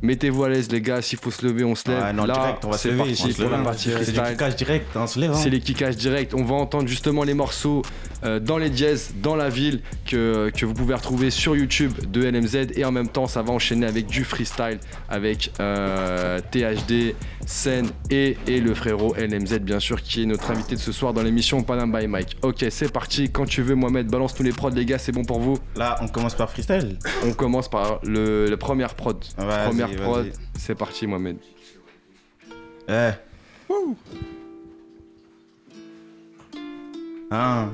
Speaker 2: Mettez-vous à l'aise, les gars. S'il faut se lever, on se lève.
Speaker 5: Ah non,
Speaker 2: Là,
Speaker 5: direct, on va se
Speaker 2: c'est
Speaker 5: lever
Speaker 2: parti
Speaker 5: ici, on se
Speaker 2: pour la
Speaker 5: lève. hein.
Speaker 2: partie
Speaker 5: C'est du
Speaker 2: freestyle.
Speaker 5: kickage direct, on se lève. hein.
Speaker 2: C'est les kickages directs. On va entendre justement les morceaux euh, dans les jazz, dans la ville, que, que vous pouvez retrouver sur YouTube de LMZ. Et en même temps, ça va enchaîner avec du freestyle, avec euh, THD, Sen et, et le frérot LMZ, bien sûr, qui est notre invité de ce soir dans l'émission Panam by Mike. Ok, c'est parti. Quand tu veux, Mohamed, balance tous les prods, les gars. C'est bon pour vous.
Speaker 5: Là, on commence par freestyle.
Speaker 2: On commence par le, la première prod.
Speaker 5: Vas-y,
Speaker 2: Première
Speaker 5: vas-y.
Speaker 2: prod. C'est parti, Mohamed.
Speaker 5: Eh. Ah.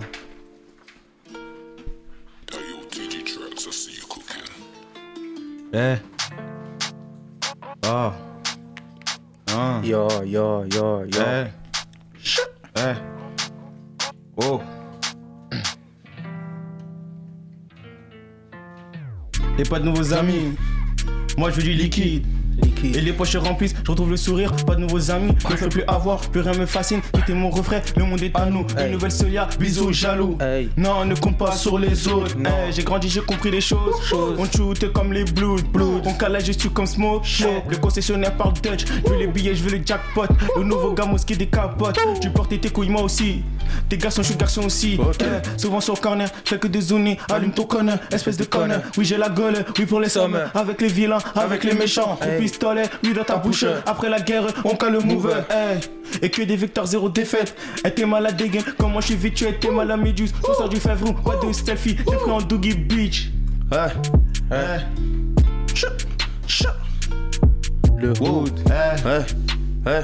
Speaker 5: Eh. Oh. Ah.
Speaker 9: Yo, yo, yo, yo.
Speaker 5: Eh. Eh. Oh. Et pas de nouveaux amis. Moi je veux du liquide. Et les poches se remplissent, je retrouve le sourire, pas de nouveaux amis, ne peux plus avoir, plus rien me fascine, tout est mon refrain, le monde est à nous, une nouvelle Celia, bisous jaloux. Non, ne compte pas sur les autres, Hey, j'ai grandi, j'ai compris les choses, on shoot comme les blues, blues. on calage, je suis comme Oh. smoke, Show. le concessionnaire parle Dutch, je veux les billets, je veux le jackpot, le nouveau gamos qui décapote, tu portais tes couilles moi aussi, tes garçons, je suis garçon aussi, Hey, souvent sur corner, je fais que des zones, allume ton connard, espèce de connard, oui j'ai la gueule, oui pour les sommes, avec les vilains, avec les méchants, au pistolet, lui dans ta bouche. Après la guerre, on cale le move. hey. Et que des victoires, zéro défaite. Et t'es mal à dégain, comme moi je suis vite, tu étais mal à méduse. On sort du favre, pas de selfie, t'es pris en Doogie Beach. Ouais. Chut, chut.
Speaker 10: Le hood. Ouais. Ouais.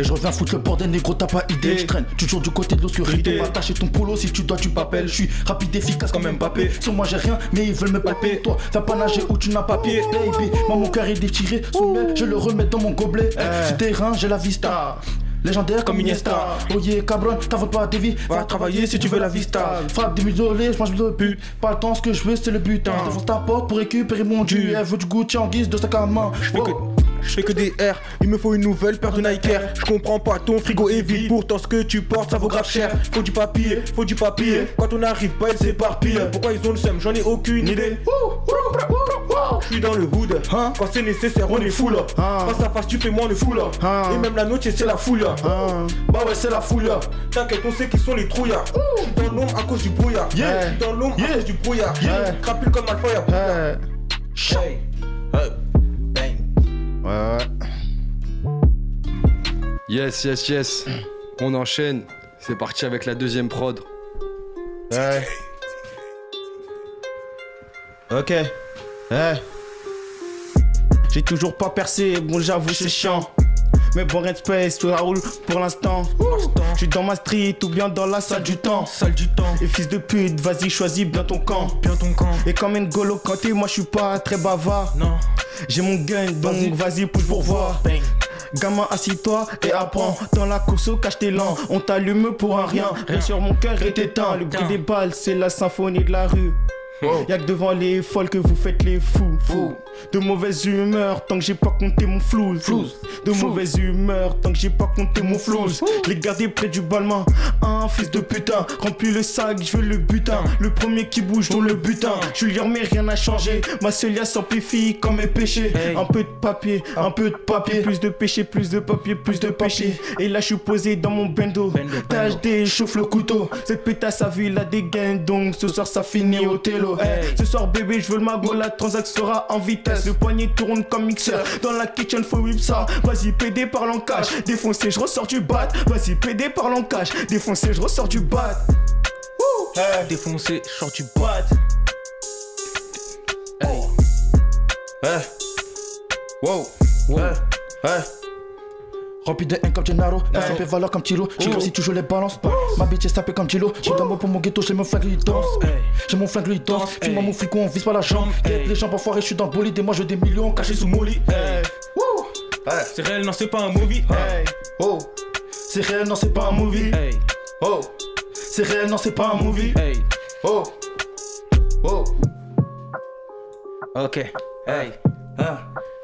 Speaker 10: Et je reviens foutre le bordel, négro, t'as pas idée.
Speaker 5: Yeah.
Speaker 10: Je traîne toujours du côté de l'obscurité.
Speaker 5: Rité.
Speaker 10: Va tâcher ton polo si tu dois, tu m'appelles. Je suis rapide, efficace comme Mbappé. Sur moi, j'ai rien, mais ils veulent me palper. Toi, va pas nager où tu n'as pas pied. Baby, moi, mon cœur est déchiré. Soumets, je le remets dans mon gobelet.
Speaker 11: Eh.
Speaker 10: Sur terrain, j'ai la vista. Légendaire comme Iniesta. Oh yeah, cabron, t'inventes pas tes vies. Va travailler si tu veux la vista. Frappe des musolés, je mange de pute. Pas le temps, ce que je veux, c'est le butin. Devant ta porte pour récupérer mon dû. Elle veut du Gucci en guise de sac à main.
Speaker 11: fais que- Je fais que des R, il me faut une nouvelle paire de Nike Air. Je comprends pas, ton frigo est vide. Pourtant, ce que tu portes, ça vaut grave cher. Faut du papier, faut du papier. Quand on arrive pas, elle s'éparpille. Pourquoi ils ont le seum J'en ai aucune idée. Je suis dans le hood,
Speaker 5: Hein
Speaker 11: quand c'est nécessaire, on est full.
Speaker 5: Hein
Speaker 11: Face à face, tu fais moins le full.
Speaker 5: Hein
Speaker 11: Et même la noche, c'est la foule.
Speaker 5: Hein
Speaker 11: Bah ouais, c'est la foule. T'inquiète, on sait qui sont les trouillards. Je suis dans l'ombre à cause du brouillard.
Speaker 5: Yeah.
Speaker 11: Je suis dans l'ombre à cause du brouillard.
Speaker 5: Yeah.
Speaker 11: Crapule comme Alpha, y'a
Speaker 5: Ouais,
Speaker 11: Hey. Hey. Bang.
Speaker 5: ouais.
Speaker 2: Yes, yes, yes. On enchaîne. C'est parti avec la deuxième prod.
Speaker 5: Ouais. Ok. Ouais. J'ai toujours pas percé, bon j'avoue c'est chiant. Mais bon respect, tout roule pour l'instant. Je suis dans ma street ou bien dans la salle du temps.
Speaker 11: Salle du temps,
Speaker 5: Et fils de pute, vas-y choisis bien ton camp.
Speaker 11: bien ton camp.
Speaker 5: Et comme N'Golo Kanté, moi je suis pas très bavard.
Speaker 11: Non.
Speaker 5: J'ai mon gun, donc vas-y pousse pour voir. Gamin, assis-toi et apprends. Dans la course au cache tes lents. On t'allume pour un rien. Rien sur mon cœur est éteint. Le bruit des balles, c'est la symphonie de la rue. Y'a que devant les folles que vous faites les fous. De mauvaise humeur tant que j'ai pas compté mon flou. De mauvaise humeur tant que j'ai pas compté mon flou. Je l'ai gardé près du balmain. Un fils de putain. Remplis le sac, je veux le butin. Le premier qui bouge dans le butin. Je lui remets, rien n'a changé. Ma celia s'amplifie comme mes péchés. Un peu de papier, un peu de papier. Plus de péché, plus de papier, plus de péché. Et là, je suis posé dans mon bendo. Tâche des chauffe le couteau. Cette pétasse a vu la dégaine. Donc ce soir, ça finit au télo. Eh, Ce soir, bébé, je veux le magot. La transaction sera en vitesse. Le poignet tourne comme mixeur. Dans la kitchen, faut whip ça. Vas-y, PD, parle en cash. Défoncé, je ressors du bat. Vas-y, PD, parle en cash. Défoncé, je ressors du bat. Ouh. Eh,
Speaker 11: Défoncé, short du
Speaker 5: Bat.
Speaker 10: Ouais. Wow. Ouais.
Speaker 11: Hein?
Speaker 10: Ouais. Rempli de haine comme Gennaro, ma
Speaker 5: Ouais.
Speaker 10: simple valeur comme Tilo. Je suis comme si tu joues les balances. Ma bitch est sapée comme Tilo. J'ai d'amour pour mon ghetto, j'ai mon flingue lui danse. J'ai mon flingue lui danse. File-moi mon fric, on vise pas la jambe. Guette Les jambes enfoirées, je suis dans le bolide et moi j'ai des millions cachés sous mon lit. Hey. Wouh. Hey.
Speaker 11: C'est réel, non, c'est pas un movie.
Speaker 5: Hey.
Speaker 10: Oh. C'est réel, non, c'est pas un movie.
Speaker 11: Hey,
Speaker 10: Oh. C'est réel, non, c'est pas un movie.
Speaker 11: hey,
Speaker 10: Oh. Oh.
Speaker 11: ok, hey, hein,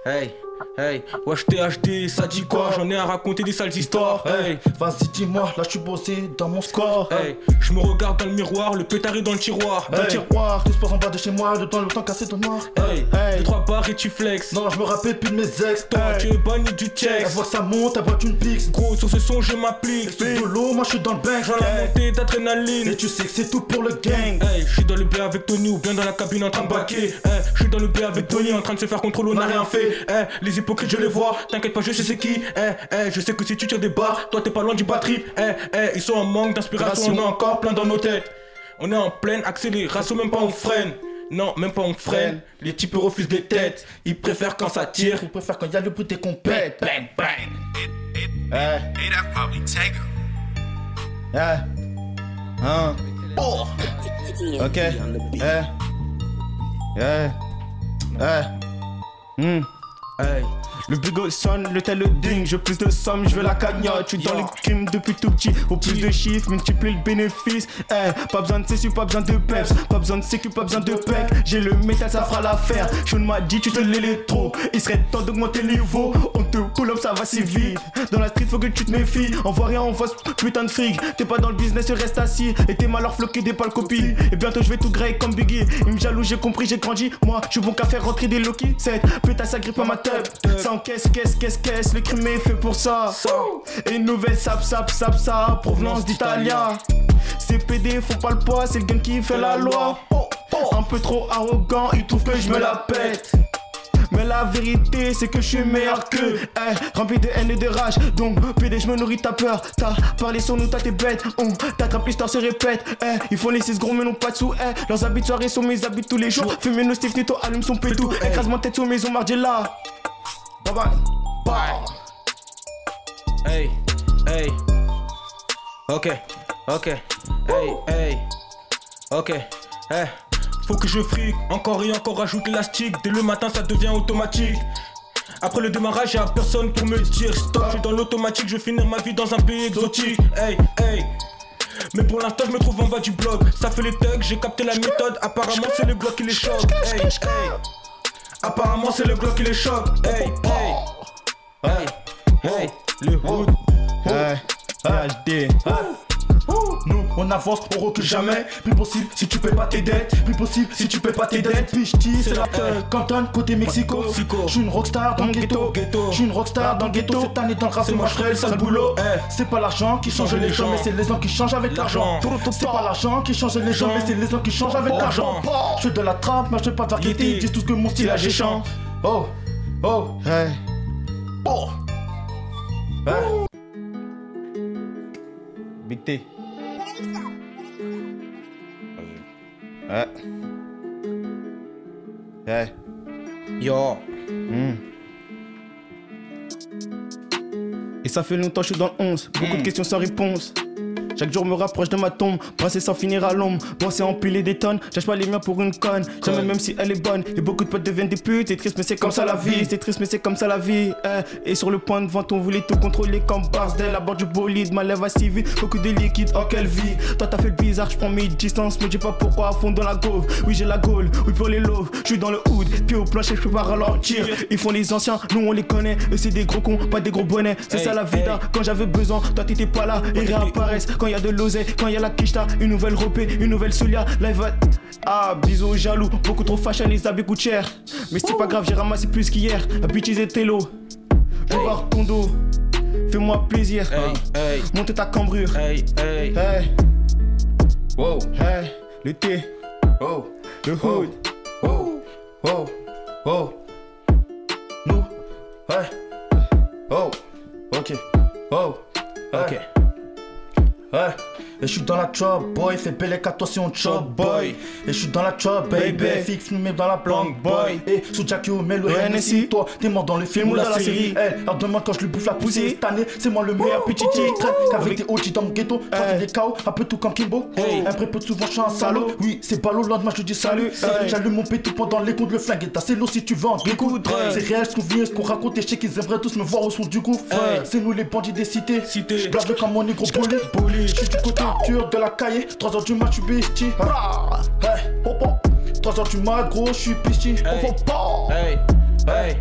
Speaker 11: hey, hey, wesh THD, ça dit quoi J'en ai à raconter des sales histoires, hey,
Speaker 10: Vas-y, dis-moi, là je suis bossé dans mon score.
Speaker 11: hey, je me regarde dans le miroir, le pétard est dans le tiroir,
Speaker 10: Dans
Speaker 11: dans
Speaker 10: le tiroir, tout se passe en bas de chez moi, le temps, le temps cassé ton noir.
Speaker 11: hey,
Speaker 5: Hey.
Speaker 11: deux trois barres et tu flex,
Speaker 10: Non, je me rappelle plus de mes ex.
Speaker 11: toi
Speaker 10: Hey.
Speaker 11: tu es banni du
Speaker 10: La
Speaker 11: check,
Speaker 10: voix que ça monte, elle boit une pixe.
Speaker 11: gros sur ce son je m'applique,
Speaker 10: Sous de l'eau, moi je suis dans le bain.
Speaker 11: j'en ai
Speaker 10: Hey.
Speaker 11: monté
Speaker 10: Et
Speaker 11: d'adrénaline,
Speaker 10: tu sais que c'est tout pour le gang.
Speaker 11: hey, je suis dans le B avec Tony ou bien dans la cabine en train de baquer, hey, je suis dans le B avec Tony en train de se faire contrôler, on n'a rien fait, hey, les hypocrites je les vois, t'inquiète pas je sais c'est qui, hey, hey, je sais que si tu tires des barres, toi t'es pas loin du batterie, hey, hey, ils sont en manque d'inspiration, on est encore plein dans nos têtes, on est en pleine accélération, même pas on freine. Non, même pas on freine, les types refusent des têtes, ils préfèrent quand ça tire.
Speaker 10: On préfère quand y a le bout des compètes. Bang, bang. Eh.
Speaker 5: Hein. Hein. Ok. Hein.
Speaker 10: Eh.
Speaker 5: Hein. Hein. Hmm.
Speaker 11: Hey,
Speaker 5: Le bigot sonne, le tel le ding. Je veux plus de somme, je veux la cagnotte. Je suis dans les crimes depuis tout petit. Au plus de chiffres, multiplie le bénéfice. Eh, pas besoin de CSU, pas besoin de peps. Pas besoin de sécu, pas besoin de pec. J'ai le métal, ça fera l'affaire. Je m'a dit, tu te l'électro. Il serait temps d'augmenter le niveau. On te pull up, ça va si vite. Dans la street, faut que tu te méfies. On voit rien, on voit ce putain de fric. T'es pas dans le business, reste assis. Et t'es malheur floqué des pâles copies. Et bientôt, je vais tout grec comme Biggie. Il me jaloux, j'ai compris, j'ai grandi. Moi, je suis bon qu'à faire rentrer des Loki. Cette putain, ça grippe à ma tête. Ça encaisse, caisse, caisse, caisse. Le crime est fait pour ça. Et une nouvelle sap, sap, sap, sap. Provenance d'Italia. CPD font pas le poids, c'est le gun qui fait la loi. Oh, Un peu trop arrogant, il trouve que je me la pète. Mais la vérité, c'est que je suis meilleur que eh, Rempli de haine et de rage. Donc, PD, je me nourris de ta peur. T'as parlé sur nous, t'as tes bêtes. On t'attrape, l'histoire se répète. Eh, ils font les 6 gros, mais n'ont pas de sous. Eh, leurs habits de soirée sont mes habits de tous les jours. Fumer nos Steve Nito, allume son pétou. Écrase ma tête sur maison Margiela. Bye bye. Bye.
Speaker 11: Hey, hey. Ok, ok. Hey, hey. Ok, hey. Faut que je fric, encore et encore ajoute l'élastique. Dès le matin, ça devient automatique. Après le démarrage, y'a personne pour me dire stop. Je suis dans l'automatique, je vais finir ma vie dans un pays exotique. Hey, hey. Mais pour l'instant, je me trouve en bas du blog. Ça fait les thugs, j'ai capté la méthode. Apparemment, c'est le Glock qui les choque. Hey, hey. Apparemment, c'est le Glock qui les choque. Hey, hey. Hey, hey. Le hood.
Speaker 5: Ouais, HD. eh, Nous, on avance, on recule jamais. Plus possible si tu payes pas tes dettes. Plus possible si tu payes pas tes dettes. Pichti, c'est la cantonne côté Mexico. Je suis une rockstar dans le ghetto. Je suis une rockstar dans le ghetto. Cette année dans le rap, c'est moi je ferai le sale boulot. Eh, C'est pas l'argent qui change les gens, mais c'est les gens qui changent avec l'argent. C'est pas l'argent qui change les gens, mais c'est les gens qui changent avec l'argent. Je suis de la trappe, mais je vais pas faire guetter. Ils disent tous que mon style a géchant. Oh, oh, ouais. Oh. Ouais.
Speaker 3: Big T. Ouais. Ouais.
Speaker 11: Yo.
Speaker 5: Hmm. Et ça fait longtemps que je suis dans le 11, beaucoup de questions sans réponse. Chaque jour me rapproche de ma tombe, brasser sans finir à l'ombre. Brasser empiler des tonnes, j'achète pas les miens pour une conne. Jamais même si elle est bonne, et beaucoup de potes deviennent des putes. C'est triste, mais c'est comme ça la vie. C'est triste, mais c'est comme ça la vie. eh. Et sur le point de vente, on voulait tout contrôler comme Barsdale à bord du bolide. Ma lèvre va si vite, beaucoup de liquide, oh quelle vie. Toi t'as fait le bizarre, je prends mes distances, me dis pas pourquoi à fond dans la gauve. Oui, j'ai la gaule, oui, pour les loaves, je suis dans le hood, pied au plancher, je peux pas ralentir. Ils font les anciens, nous on les connaît, eux c'est des gros cons, pas des gros bonnets. C'est
Speaker 11: Hey,
Speaker 5: ça la vida, quand j'avais besoin, toi t'étais pas là, ils réapparaissent. Quand y a de l'oseille, quand y a la quichta, une nouvelle repée, une nouvelle solia, live va. Ah, bisous aux jaloux, beaucoup trop fashion, les habits coûtent cher. Mais c'est pas grave, j'ai ramassé plus qu'hier, la bitches et télo. Je vais voir ton dos, fais-moi plaisir. Montez ta cambrure. Hey. Wow. Hey. Le thé. Oh. Le hood. Oh. Oh. Oh. Nous. Ouais. Oh. Ok. Oh. Ok. Ouais. Et je suis dans la chop, boy. Fais belle qu'à toi si on chop, boy. Et je suis dans la chop, baby.
Speaker 11: Baby.
Speaker 5: Fixe, nous met dans la planque, boy. Et sous Jackie O'Mel, le NSI. Toi, t'es mort dans le film ou dans la série. Elle, elle demande quand je lui bouffe la poussée. Cette année, c'est moi le meilleur petit titre. Qu'avec des OG dans mon ghetto, j'avais des KO, un peu tout comme Kimbo.
Speaker 4: Oh.
Speaker 5: Un peu souvent, je suis un salaud. Oui, c'est pas l'eau, le lendemain, je dis salut.
Speaker 11: Hey.
Speaker 5: J'allume mon pétou pendant les coups de le flingue. Et t'as l'eau si tu veux en découdre.
Speaker 11: Hey.
Speaker 5: C'est réel ce qu'on vit, ce qu'on raconte. Et je sais qu'ils aimeraient tous me voir au son du gouffre. Euh,
Speaker 11: Hey.
Speaker 5: C'est nous les bandits des cités. Je blabla comme mon négro poli. Je suis du côté dur de la cahier. 3h du mat, je suis bestie. Ah. Hey. Oh, oh. 3h du mat, gros, je suis bestie. Oh, oh, oh.
Speaker 11: Hey, hey.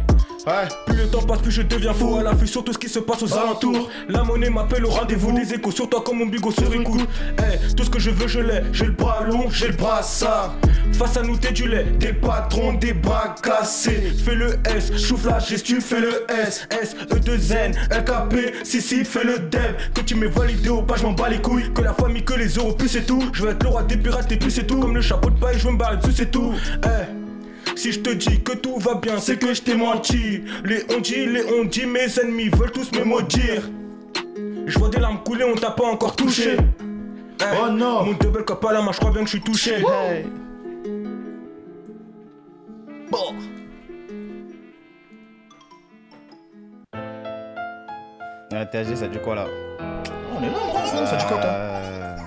Speaker 11: Plus le temps passe, plus je deviens fou à l'affût sur tout ce qui se passe aux alentours. La monnaie m'appelle au rendez-vous des échos sur toi comme mon bigot sur écoute. Hey, tout ce que je veux, je l'ai. J'ai le bras long, j'ai le brassard. Face à nous, t'es du lait. Des patrons, des bras cassés. Fais le S, chouffe la gestu, fais le S. S, E E2N, LKP, si si, fais le dev. Que tu m'aies validé ou pas, je m'en bats les couilles. Que la famille, que les euros, plus c'est tout. Je veux être le roi des pirates et plus c'est tout. Comme le chapeau de paille, je veux me barrer dessus, c'est tout. Hey. Si je te dis que tout va bien, c'est que je t'ai menti. Les on dit, les on dit, mes ennemis veulent tous me maudire. Je vois des larmes couler, on t'a pas encore touché. oh non! Mon double cop à la main, je crois bien que je suis touché. Bon.
Speaker 3: Ah, THG, ça dit quoi là
Speaker 5: On est là, on est là, ça dit quoi, toi
Speaker 3: Euh,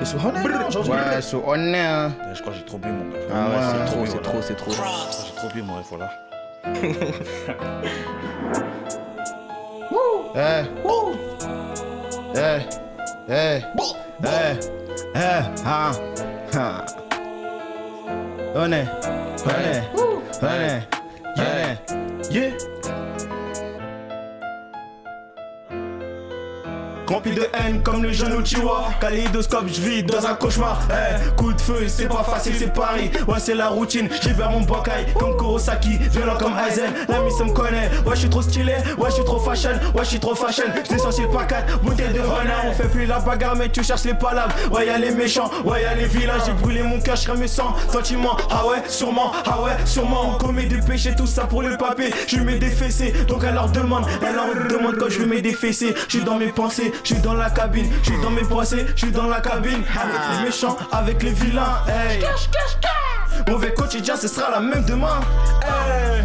Speaker 5: Ils sont honnêtes, hein, aujourd'hui.
Speaker 3: Ouais, so on est. hein.
Speaker 4: Eh, Je crois que j'ai trop bu mon gars.
Speaker 3: Ah ouais,
Speaker 4: c'est
Speaker 3: ouais.
Speaker 4: trop, c'est trop, c'est trop. Je crois que J'ai trop bu mon gars, voilà.
Speaker 12: Eh. Eh. Eh. Eh. Eh. Ah. Ah. On est. On est. On est. On est. Yeah.
Speaker 5: Rempli de haine comme le jeune Uchiwa Kaléidoscope, je vis dans un cauchemar Eh, Coup de feu, c'est pas facile, c'est Paris Ouais, c'est la routine, j'ai vers mon Bankai Comme Kurosaki, violent comme Aizen La mission me connaît, ouais, je suis trop stylé Ouais, je suis trop fashion, ouais, je suis trop fashion Je descends chez le pacat, bouteille de renard On fait plus la bagarre, mais tu cherches les palabres Ouais, y'a les méchants, ouais, y'a les vilains J'ai brûlé mon cœur, je mes sans sentiments Ah ouais, sûrement, ah ouais, sûrement On commet des péchés, tout ça pour le papier Je lui mets des fessées, donc elle leur demande Elle leur demande quand je lui mets des fessées Je suis dans mes pensées, je suis dans la cabine Je suis dans mes pensées, je suis dans la cabine Avec les méchants, avec les vilains hey. Mauvais quotidien, ce sera la même demain hey.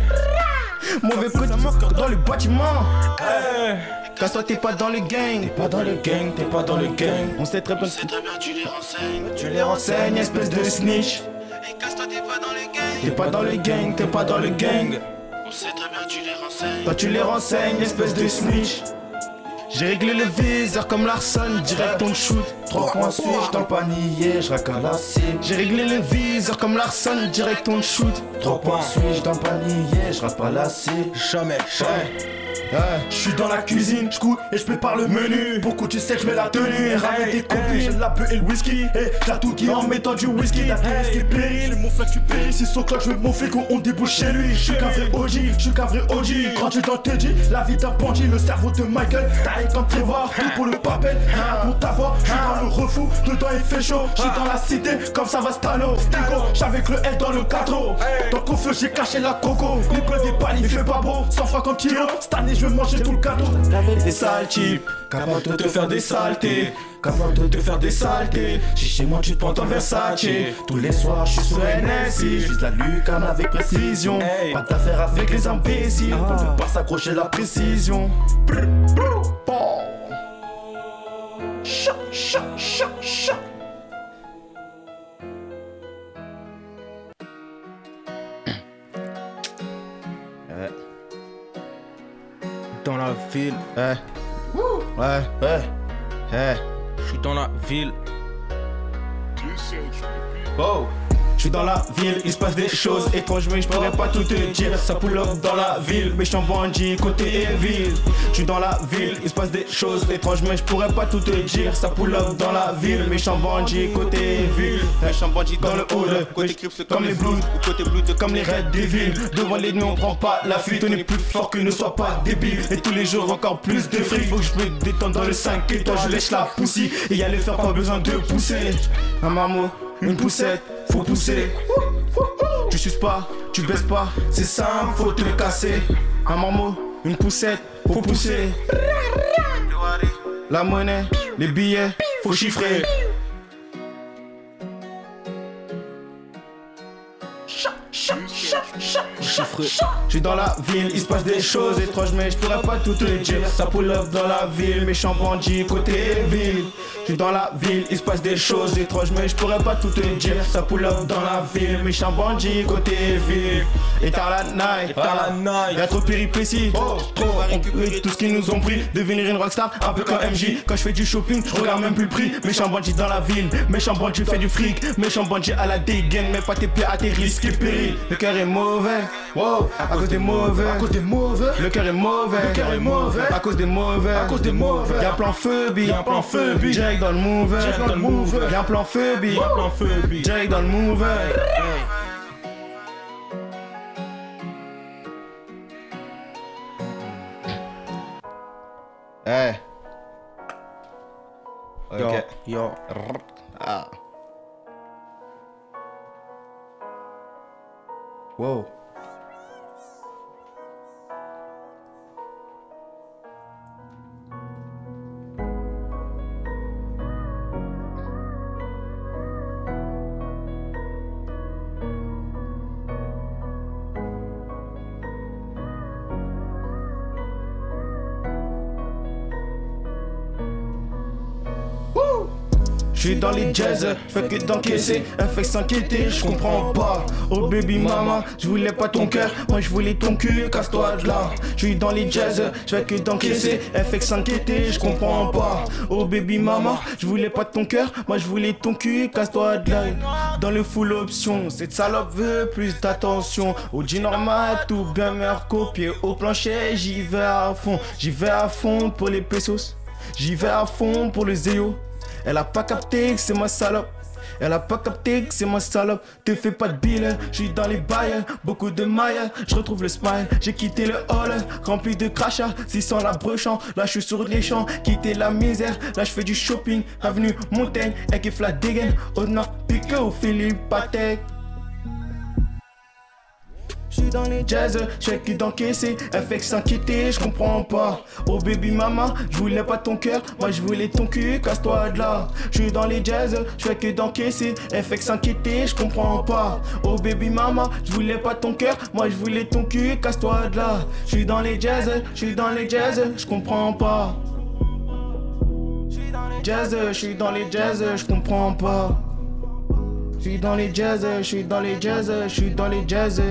Speaker 5: Mauvais quotidien dans le bâtiment hey. Casse-toi, t'es pas dans le gang T'es pas dans le gang, t'es pas dans le gang On sait très bien, tu les renseignes Tu les renseignes, espèce de snitch T'es pas dans le gang, t'es pas dans le gang
Speaker 12: On sait très bien, tu les renseignes.
Speaker 5: Toi tu les renseignes, espèce de snitch j'ai réglé le viseur comme Larson, direct on shoot. Trois points suis-je dans le panier, je racle à la cible. J'ai réglé le viseur comme Larson, direct on shoot. Trois points suis-je dans le panier, je racle pas la cible. Jamais, jamais. Je suis dans la cuisine, je et je prépare le menu. Pourquoi tu sais que je mets la tenue Et ramène tes copines, j'ai de la bœuf et le whisky. Et t'as tout qui en mettant du whisky. T'as tout ce qui péril, mon flac tu péris. Si son cloche, je veux mon flic, on débouche chez lui. Je suis qu'un vrai OG, je suis qu'un vrai OG. Quand tu es dans Teddy, la vie d'un bandit, le cerveau de Michael. T'arrives comme Trevor, tout pour le papel. Rien pour t'avoir, je suis dans le refou, dedans il fait chaud. Je suis dans la cité, comme ça va Stano. Stigo, j'avec le L dans le cadre. Dans le conflit, j'ai caché la coco. L'école des pales, il fait pas beau. 100 fois comme Tiro, cette année, je veux manger tout le cadeau. Avec des sales types, capable de te faire des saletés. Capable de te faire des saletés. J'ai chez moi, tu te prends ton Versace. Tous les soirs, je suis sur NSI. Je vise la lucarne avec précision. Pas d'affaire avec les imbéciles. On ne peut pas s'accrocher à la précision. Brr, brr, bon. Cha, cha, cha, cha.
Speaker 12: Ouais. Dans la ville. Ouais. Ouais. Ouais. Ouais.
Speaker 13: Je suis dans la ville.
Speaker 5: Oh je suis dans la ville, il se passe des choses étranges mais je pourrais pas tout te dire Ça pull up dans la ville, méchant bandit, côté ville Je suis dans la ville, il se passe des choses étranges mais je pourrais pas tout te dire Ça pull up dans la ville, méchant bandit, côté ville Méchant bandit dans le hall, côté crypte comme les blues Ou côté blues comme les raids des villes Devant l'ennemi on prend pas la fuite, on est plus fort que ne sois pas débile Et tous les jours encore plus de fric, faut que je me détende dans le 5 étoiles Je lèche la poussie, et y a les faire pas besoin de pousser Un marmot, une poussette faut pousser. Tu suces pas, tu baisses pas, c'est simple, faut te casser. Un marmot, une poussette, faut pousser. La monnaie, les billets, faut chiffrer. Je suis dans la ville, il se passe des choses étranges, mais je pourrais pas tout te dire. Ça pull up dans la ville, méchant bandit, côté ville. Je suis dans la ville, il se passe des choses étranges, mais je pourrais pas tout te dire. Ça pull up dans la ville, méchant bandit, côté ville. Et t'as la night, t'as la night. Y'a trop de péripéties, oh, trop. On récupérer tout ce qu'ils nous ont pris. Devenir une rockstar, un peu comme MJ. Quand je fais du shopping, je regarde même plus le prix. Méchant bandit dans la ville, méchant bandit fait du fric. Méchant bandit à la dégaine, mais pas tes pieds à tes risques et périls. Le cœur est mauvais, wow, à cause des mauvais. À cause des mauvais, le cœur est mauvais. Le cœur est mauvais, à cause des mauvais. À cause des mauvais, y'a plan phobie, y'a plan phobie. Direct dans le mauvais, direct dans le mauvais. Y'a plan phobie, y'a plan phobie. Direct dans le mauvais.
Speaker 12: Eh.
Speaker 14: Yo,
Speaker 12: Ok. Yo. Ah.
Speaker 14: Wow.
Speaker 5: Je Je suis dans les jazz, je fais que d'encaisser, elle fait s'inquiéter, je comprends pas. Oh baby mama, je voulais pas ton cœur, moi je voulais ton cul, casse-toi de là. Je suis dans les jazz, je fais que d'encaisser, elle fait s'inquiéter, je comprends pas. Oh baby mama, je voulais pas ton cœur, moi je voulais ton cul, casse-toi de là. Dans le full option, cette salope veut plus d'attention. Au dit normal, tout bien merco, pied au plancher, j'y vais à fond, j'y vais à fond pour les pesos. J'y vais à fond pour le zéo. Elle a pas capté que c'est ma salope. Elle a pas capté que c'est ma salope. Te fais pas de bill, je suis dans les bails. Beaucoup de mailles, je retrouve le smile. J'ai quitté le hall, rempli de crachats. 600 la brechant, là je suis sur les champs. Quitter la misère, là je fais du shopping. Avenue Montaigne, elle kiffe la dégaine. Au nord, piqué au Philippe Patek. J'suis dans les jazz, j'fais que d'encaisser, elle fait que s'inquiéter, j'comprends pas. Oh baby mama, j'voulais pas ton cœur, moi j'voulais ton cul, casse-toi de là. J'suis dans les jazz, j'fais que d'encaisser, elle fait que s'inquiéter, j'comprends pas. Oh baby mama, j'voulais pas ton cœur, moi j'voulais ton cul, casse-toi de là. J'suis dans les jazz, j'suis dans les jazz, j'comprends pas. Jazz, j'suis dans les jazz, j'comprends pas. J'suis dans les jazz, j'suis dans les jazz, j'suis dans les jazz.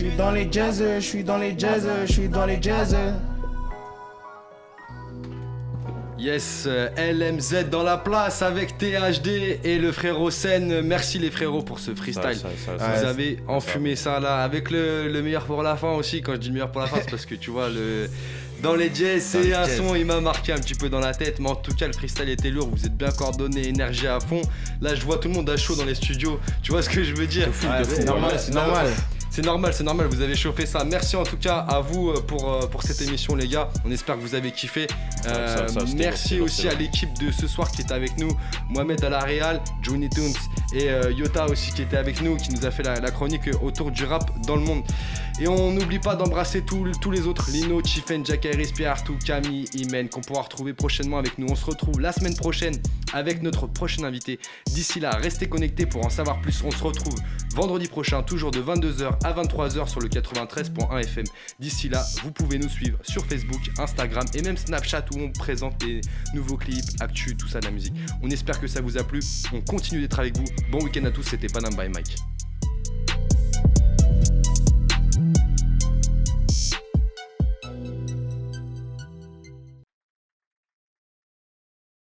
Speaker 5: Je suis dans les jazz, je suis dans les jazz, je suis dans les jazz.
Speaker 2: Yes, euh, LMZ dans la place avec THD et le frérot Sen. Merci les frérots pour ce freestyle.
Speaker 4: Ouais, ça, ça,
Speaker 2: Vous
Speaker 4: ça.
Speaker 2: avez enfumé ça là avec le, le meilleur pour la fin aussi. Quand je dis le meilleur pour la fin, c'est parce que tu vois, le, dans les jazz,
Speaker 4: Dans les
Speaker 2: c'est un
Speaker 4: jazz.
Speaker 2: son, il m'a marqué un petit peu dans la tête. Mais en tout cas, le freestyle était lourd. Vous êtes bien coordonnés, énergie à fond. Là, je vois tout le monde à chaud dans les studios. Tu vois ce que je veux dire
Speaker 4: de fou.
Speaker 2: C'est normal,
Speaker 4: Ouais,
Speaker 2: c'est normal. C'est normal, c'est normal, vous avez chauffé ça. Merci en tout cas à vous euh, pour, euh, pour cette émission, les gars. On espère que vous avez kiffé. Euh,
Speaker 4: ça, ça, c'était
Speaker 2: merci
Speaker 4: bon,
Speaker 2: aussi
Speaker 4: c'était bon.
Speaker 2: à l'équipe de ce soir qui est avec nous Mohamed Alareal, Johnny Toons et euh, Yota aussi qui était avec nous, qui nous a fait la, la chronique autour du rap dans le monde. Et on n'oublie pas d'embrasser tous tous les autres Lino, Chifen, Jack Harris, Pierre Artou, Camille, Imen, qu'on pourra retrouver prochainement avec nous. On se retrouve la semaine prochaine avec notre prochain invité. D'ici là, restez connectés pour en savoir plus. On se retrouve vendredi prochain, toujours de 22h à 23h sur le 93.1 FM. D'ici là, vous pouvez nous suivre sur Facebook, Instagram et même Snapchat où on présente les nouveaux clips, actus, tout ça de la musique. On espère que ça vous a plu. On continue d'être avec vous. Bon week-end à tous, c'était Panam by Mike.